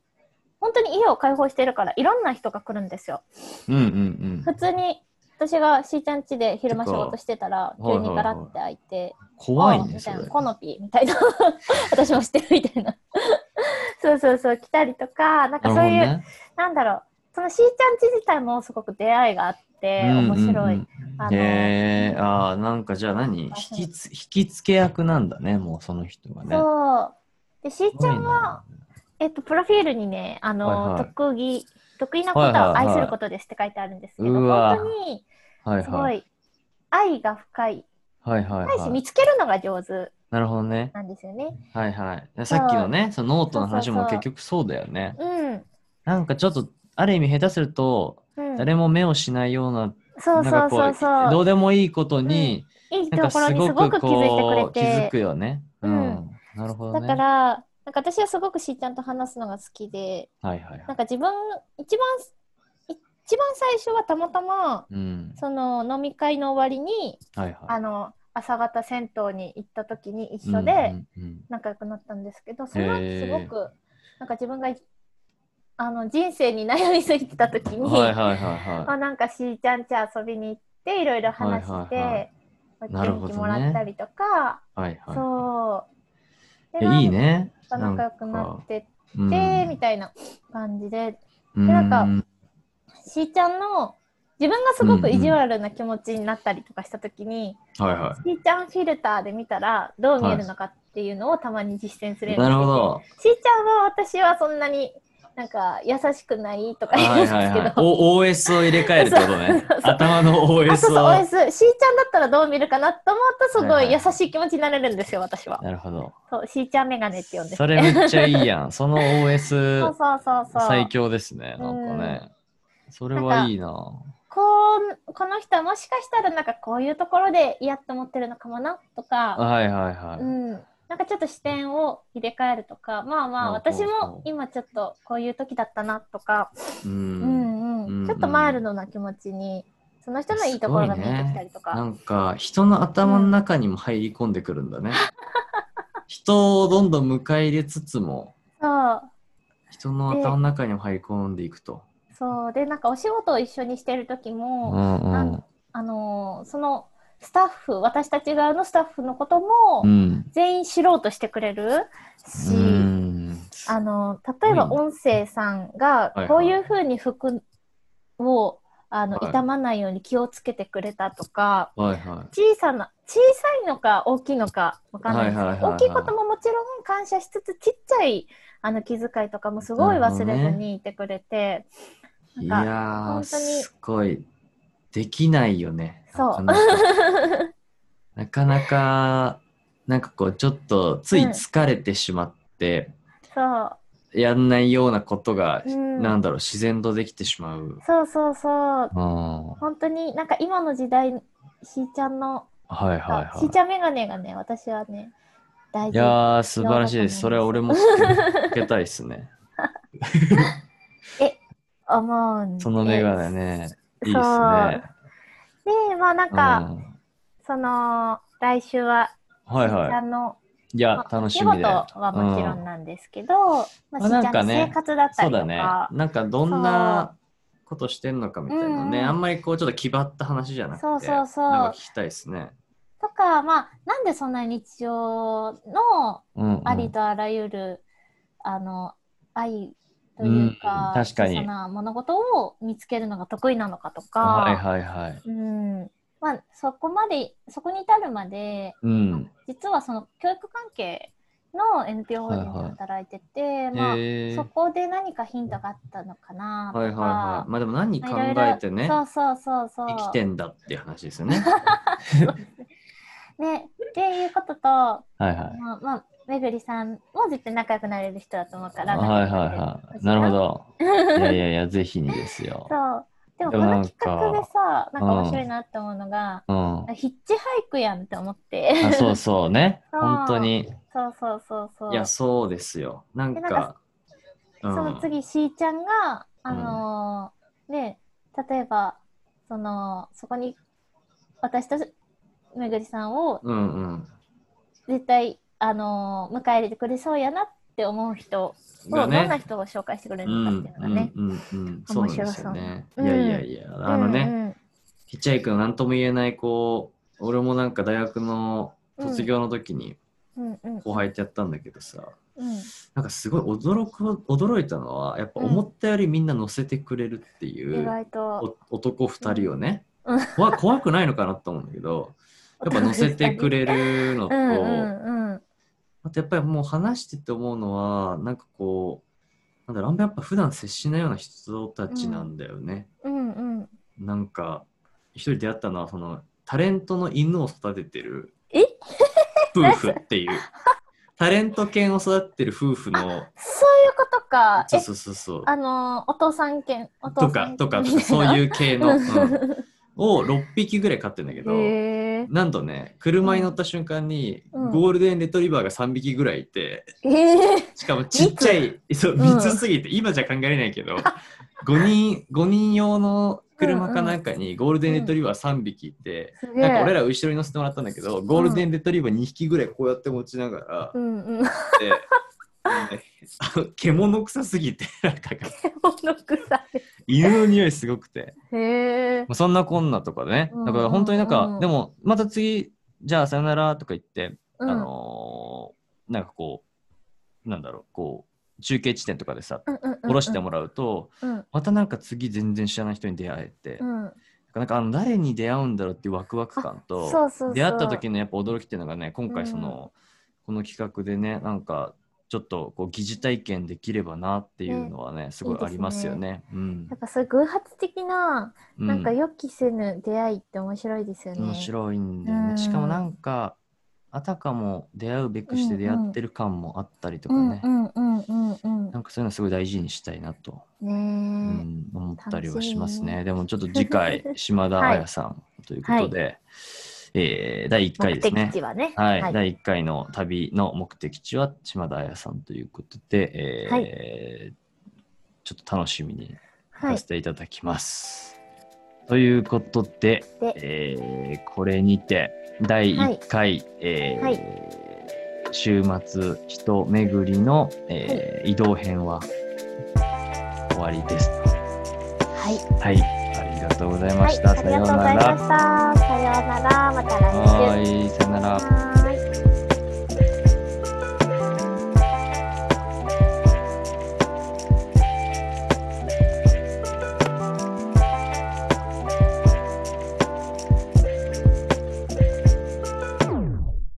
S2: 本当に家を開放してるからいろんな人が来るんですよ。
S1: い。うんうんう
S2: 普
S1: ん。
S2: 通に私がしーちゃん家で昼間仕事してたら
S1: てか
S2: 急にガラッて開いて「
S1: 怖い
S2: あ
S1: ね
S2: み
S1: そ
S2: たい
S1: れ
S2: な。コノピー」みたいな 私も知ってるみたいな そうそうそう来たりとかなんかそういう
S1: な
S2: な,、
S1: る
S2: んだろうそのしーちゃん家自体もすごく出会いがあって
S1: ほどね
S2: 面白い、
S1: うんうんうん
S2: あの
S1: へえあーなんかじゃあ何引きつ引きつけ役なんだねもうその人がね。
S2: そうでしーちゃんは、
S1: は
S2: えっと、プロフィールにねあの、
S1: はいはい
S2: 特技得意なこと
S1: はいはい
S2: は
S1: はい
S2: 愛することですって書いてあるんですけど、
S1: うわ
S2: 本当に
S1: はい
S2: すご
S1: はい
S2: い愛が深い
S1: はいはい
S2: 深いし
S1: は
S2: 見
S1: い。
S2: つけるのが上手
S1: なるほどね。
S2: なんですよね。
S1: はいはい。さっきのね、そのノートの話も
S2: そうそうそう
S1: 結局そうだよね。
S2: うん
S1: なんかちょっと、ある意味下手すると、
S2: うん、
S1: 誰も目をしないような、
S2: そ
S1: な
S2: うそ
S1: んか
S2: うそう
S1: こう、
S2: そ
S1: ど
S2: う。
S1: うでもいいことに、
S2: いいと
S1: なんか
S2: ころ
S1: す
S2: にす
S1: ご
S2: ご
S1: く
S2: く気づ
S1: こ
S2: いてく
S1: う、気
S2: れ
S1: づ
S2: て。
S1: くよね。う。
S2: うん
S1: なるほど
S2: だ
S1: ね。
S2: か
S1: は
S2: ら、なんか私はすごくしーちゃんと話すのが好きで、
S1: いはいは
S2: なん
S1: い。
S2: か自分、一番、い一番最初はたまたま、
S1: うん。
S2: その飲み会の終わりに、
S1: はい
S2: あ
S1: は
S2: の、朝方銭湯に行った時に
S1: い。
S2: 一緒で
S1: うんうんうん
S2: 仲良くなったんですけど、その後す
S1: へ
S2: ご
S1: ー
S2: く、なんか自分がい、あの、人生に悩みすぎてた時に、
S1: はいはいはいは
S2: あなんかしーちゃんち遊びに行っていろいろ話して、
S1: はいはいはいなる
S2: 元
S1: ほど
S2: 気
S1: ね
S2: もらったりとか、
S1: い。はいはい
S2: そう
S1: えいいね。
S2: なんか仲良くなってって、
S1: うん
S2: みたいな感じで
S1: うん
S2: なんかしーちゃんの自分がすごく意地悪な気持ちになったりとかした時に、
S1: はいは
S2: しーちゃんフィルターで見たらどう見えるのかっていうのをたまに実践する
S1: い。
S2: よう
S1: な
S2: に
S1: る
S2: して
S1: ほ
S2: て
S1: ど。
S2: しーちゃんは私はそんなになんか優しくないとか言うん
S1: は
S2: で
S1: い
S2: す
S1: はい
S2: け
S1: はい
S2: ど。。
S1: お OS を入れ替えるってことね。頭の OS を。
S2: あ、そうそう、OS。しーちゃんだったらどう見るかなと思うと、すご
S1: はい
S2: い
S1: はい
S2: 優しい気持ちになれるんですよ、私は。
S1: なるほど。
S2: そう、しーちゃんメガネって呼んでて。
S1: それめっちゃいいやん。その
S2: そう
S1: OS
S2: そうそうそう。
S1: 最強ですね。なんかね。それはいいな。
S2: こんこの人はもしかしたら、なんかこういうところで嫌と思ってるのかもな、とか、
S1: はいはいは
S2: う
S1: い。
S2: ん。なんかちょっと視点を入れ替えるとか、まあまあ、
S1: ほうほう
S2: 私も今ちょっとこういう時だったな、とか、
S1: う。
S2: うんん
S1: うんう
S2: うんん。ちょっとマイルドな気持ちに、その人のいいところが見えてきたりと
S1: な
S2: か。
S1: んか人の頭の中にも入り込んでくるんだね。人をどんどん迎え入れつつも、
S2: そう。
S1: 人の頭の中にも入り込んでいくと。
S2: そう。で、なんかお仕事を一緒にしてる時
S1: う
S2: も、
S1: んう。
S2: なんあのーそのスタッフ私たち側のスタッフのことも
S1: うん。
S2: 全員知ろうとしてくれるし、
S1: うん
S2: あのー例えば
S1: うん
S2: 音声さんが
S1: いはい
S2: こういうふうに服をあ
S1: は
S2: の
S1: い
S2: 傷まないように気をつけてくれたとか、
S1: はいは
S2: 小さな小さいのか大きいのかわかんないですけど、
S1: はいはいはいはい
S2: 大きいことももちろん感謝しつつちっちゃいあの気遣いとかもすごい忘れずにいてくれて、
S1: い。い
S2: なんか
S1: やー、
S2: 本当に
S1: すごい。できないよね。
S2: そう
S1: なかなか。 なかなか、なんかこう、ちょっとつい疲れてしまって、
S2: そう
S1: やんないようなことが、
S2: うん
S1: なんだろう、自然とできてしまう。
S2: そうそうそう
S1: うん、はい
S2: 本当になんか今の時代しーちゃんの、
S1: はい
S2: あしー
S1: は
S2: ちゃんメガネがね私はね大
S1: い。い
S2: 事
S1: やー、素晴らしいです。それは俺も受けたいですね。
S2: 思うんです。
S1: そのメガネね、いいっすね。
S2: で、まあなん
S1: うん、
S2: か、その、来週は、
S1: はいは
S2: あの、
S1: い。いや、
S2: まあ
S1: 楽しみで。
S2: お仕事はもちろんなんですけど、まあ、し
S1: まあ
S2: ー
S1: な
S2: ち
S1: ん
S2: ゃ
S1: か
S2: んの
S1: ね
S2: 生活だった
S1: そう
S2: りと
S1: だね。
S2: か、
S1: なんかどんなことしてんのかみたいなね、
S2: そううん
S1: あんまりこうちょっと気張った話じゃなくて、
S2: そうそうそう
S1: なんか聞きたいですね。
S2: とか、まあ、なんでそんなに日常の
S1: うん、うん。
S2: ありとあらゆる、あの、愛というか、
S1: うん確かに
S2: 小さな物事を見つけるのが得意なのかとか、
S1: はいはいはい。
S2: うん、まあ、そこまで、そこに至るまで、
S1: うん。
S2: 実はその教育関係の NPO 法人で働いてて、まあ、
S1: えー
S2: そこで何かヒントがあったのかなとか、
S1: はいはいはい。まあでも何考
S2: まあいろいろ
S1: えてね、
S2: そうそうそうそう。
S1: 生きてんだっていう話ですよね。
S2: ね、っていうことと、ま
S1: はいはい。
S2: あ、まあ、めぐりさんも絶対仲良くなれる人だと思うから。
S1: はいはいはい。なるほ。ど。いやいやいや、ぜひにですよ。
S2: そう。でも
S1: で
S2: こ
S1: もなん
S2: の
S1: か
S2: 企画でさ、なんか
S1: うん
S2: 面白いなって思うのが、
S1: うん。
S2: ヒッチハイクやんって思って。
S1: あそうそうね。
S2: そう
S1: 本当に。
S2: そうそうそうそう。
S1: いや、そうですよ。なん
S2: でなん
S1: か。うん
S2: その次、しーちゃんが、あのーね、例えば、その、そこに、私とめぐりさんを
S1: うんうん。
S2: 絶対、あのー迎え入れてくれそうやなって思う人を、
S1: が
S2: どんな人を紹介してくれ
S1: う
S2: る
S1: ん
S2: の
S1: う
S2: かってい
S1: ん
S2: う
S1: う
S2: のがね。
S1: んうん。そうなんですよね。い
S2: 面白そう
S1: やいやいや、あのね、ヒッチハイクの何とも言えない、こう、俺もなんか大学の卒業の時に
S2: うんうん。うんうん
S1: 後輩ってやったんだけどさ、
S2: うん。
S1: なんかすごい驚く、驚いたのは、やっぱ思ったよりみんな乗せてくれるっていう。
S2: 意外と。
S1: お男2人をね、
S2: うん
S1: 怖怖くないのかなと思うんだけどやっぱ乗せてくれるの
S2: う
S1: と、
S2: んうんうん。
S1: あとやっぱりもう話してて思うのはなんかこうなんだろうあんまやっぱ普段接しないような人たちなんだよね、
S2: うんうん。
S1: なんか一人出会ったのはそのタレントの犬を育ててる
S2: え
S1: 夫婦っていうタレント犬を育ててる夫婦の
S2: そういうことか。
S1: そ
S2: え
S1: う、そうそうそう
S2: あのーお父さん犬、お父
S1: と
S2: さ
S1: か
S2: ん
S1: とかと
S2: み
S1: か
S2: たい
S1: そ
S2: な
S1: ういう系の、うんを6匹ぐらい飼ってるんだけど。
S2: へえ
S1: なんとね、車に乗った瞬間に、
S2: うん
S1: ゴールデンレトリバーが3匹ぐらいいて、
S2: へえ
S1: しかもちっちゃい、そう、
S2: うん
S1: 密すぎて、今じゃ考えれない けど、5人、五人用の車かなんかにゴールデンレトリバー3匹いて、
S2: すげ
S1: なんか俺
S2: え。
S1: ら後ろに乗せてもらったんだけど、ゴールデンレトリバー2匹ぐらいこうやって持ちながら
S2: う、んうん。
S1: で、ねあの獣臭すぎて、 なんか
S2: 物臭い。
S1: 犬の匂いすごくて。
S2: へえ
S1: ま。あそんなこんなとかね。だから本当になん
S2: うんうんうん
S1: か、でも、また次、じゃあさよならとか言って、
S2: あ
S1: あ、のーなんかこうなんだろうこう中継地点とかでさ下ろしてもらうと、
S2: うん
S1: またなんか次全然知らない人に出会えて、
S2: うん、
S1: なんかあの誰に出会うんだろうっていうワクワク感と
S2: そうそうそう
S1: 出会った時のやっぱ驚きっていうのがね今回その、この企画でねなんかちょっとこう疑似体験できればなっていうのはねすごいありますよね。うん
S2: なんかそういう偶発的な、
S1: う
S2: なんか予期せぬ出会いって面白いですよね。
S1: 面白いんだよ
S2: う
S1: ね。
S2: ん
S1: しかもなんかあたかも出会うべくして出会ってる感もあったりとかね。
S2: うんうんうんうん
S1: なんかそういうのすごい大事にしたいなと、
S2: う。
S1: うん
S2: ね
S1: ん、思ったりはします
S2: 楽し
S1: ね。でもちょっと次 回、島田
S2: はい
S1: 彩さんということで、えー第1
S2: え、
S1: 回
S2: 目
S1: ですね
S2: 的地。はね。
S1: はい、
S2: はい。
S1: 第1回の旅の目的地は島田彩さんということで、えー
S2: は
S1: ちょっと楽しみに
S2: は
S1: さ
S2: い
S1: せていただきます。ということで、
S2: で
S1: えーこれにて第1回、えー
S2: はい
S1: 週末人巡りの、えー移動編は終わりです。
S2: はい
S1: はい、ありがとうございま
S2: はい
S1: した。
S2: ありがとうございました。さようなら。また
S1: は
S2: 来
S1: ーい、さよなら。
S2: 週。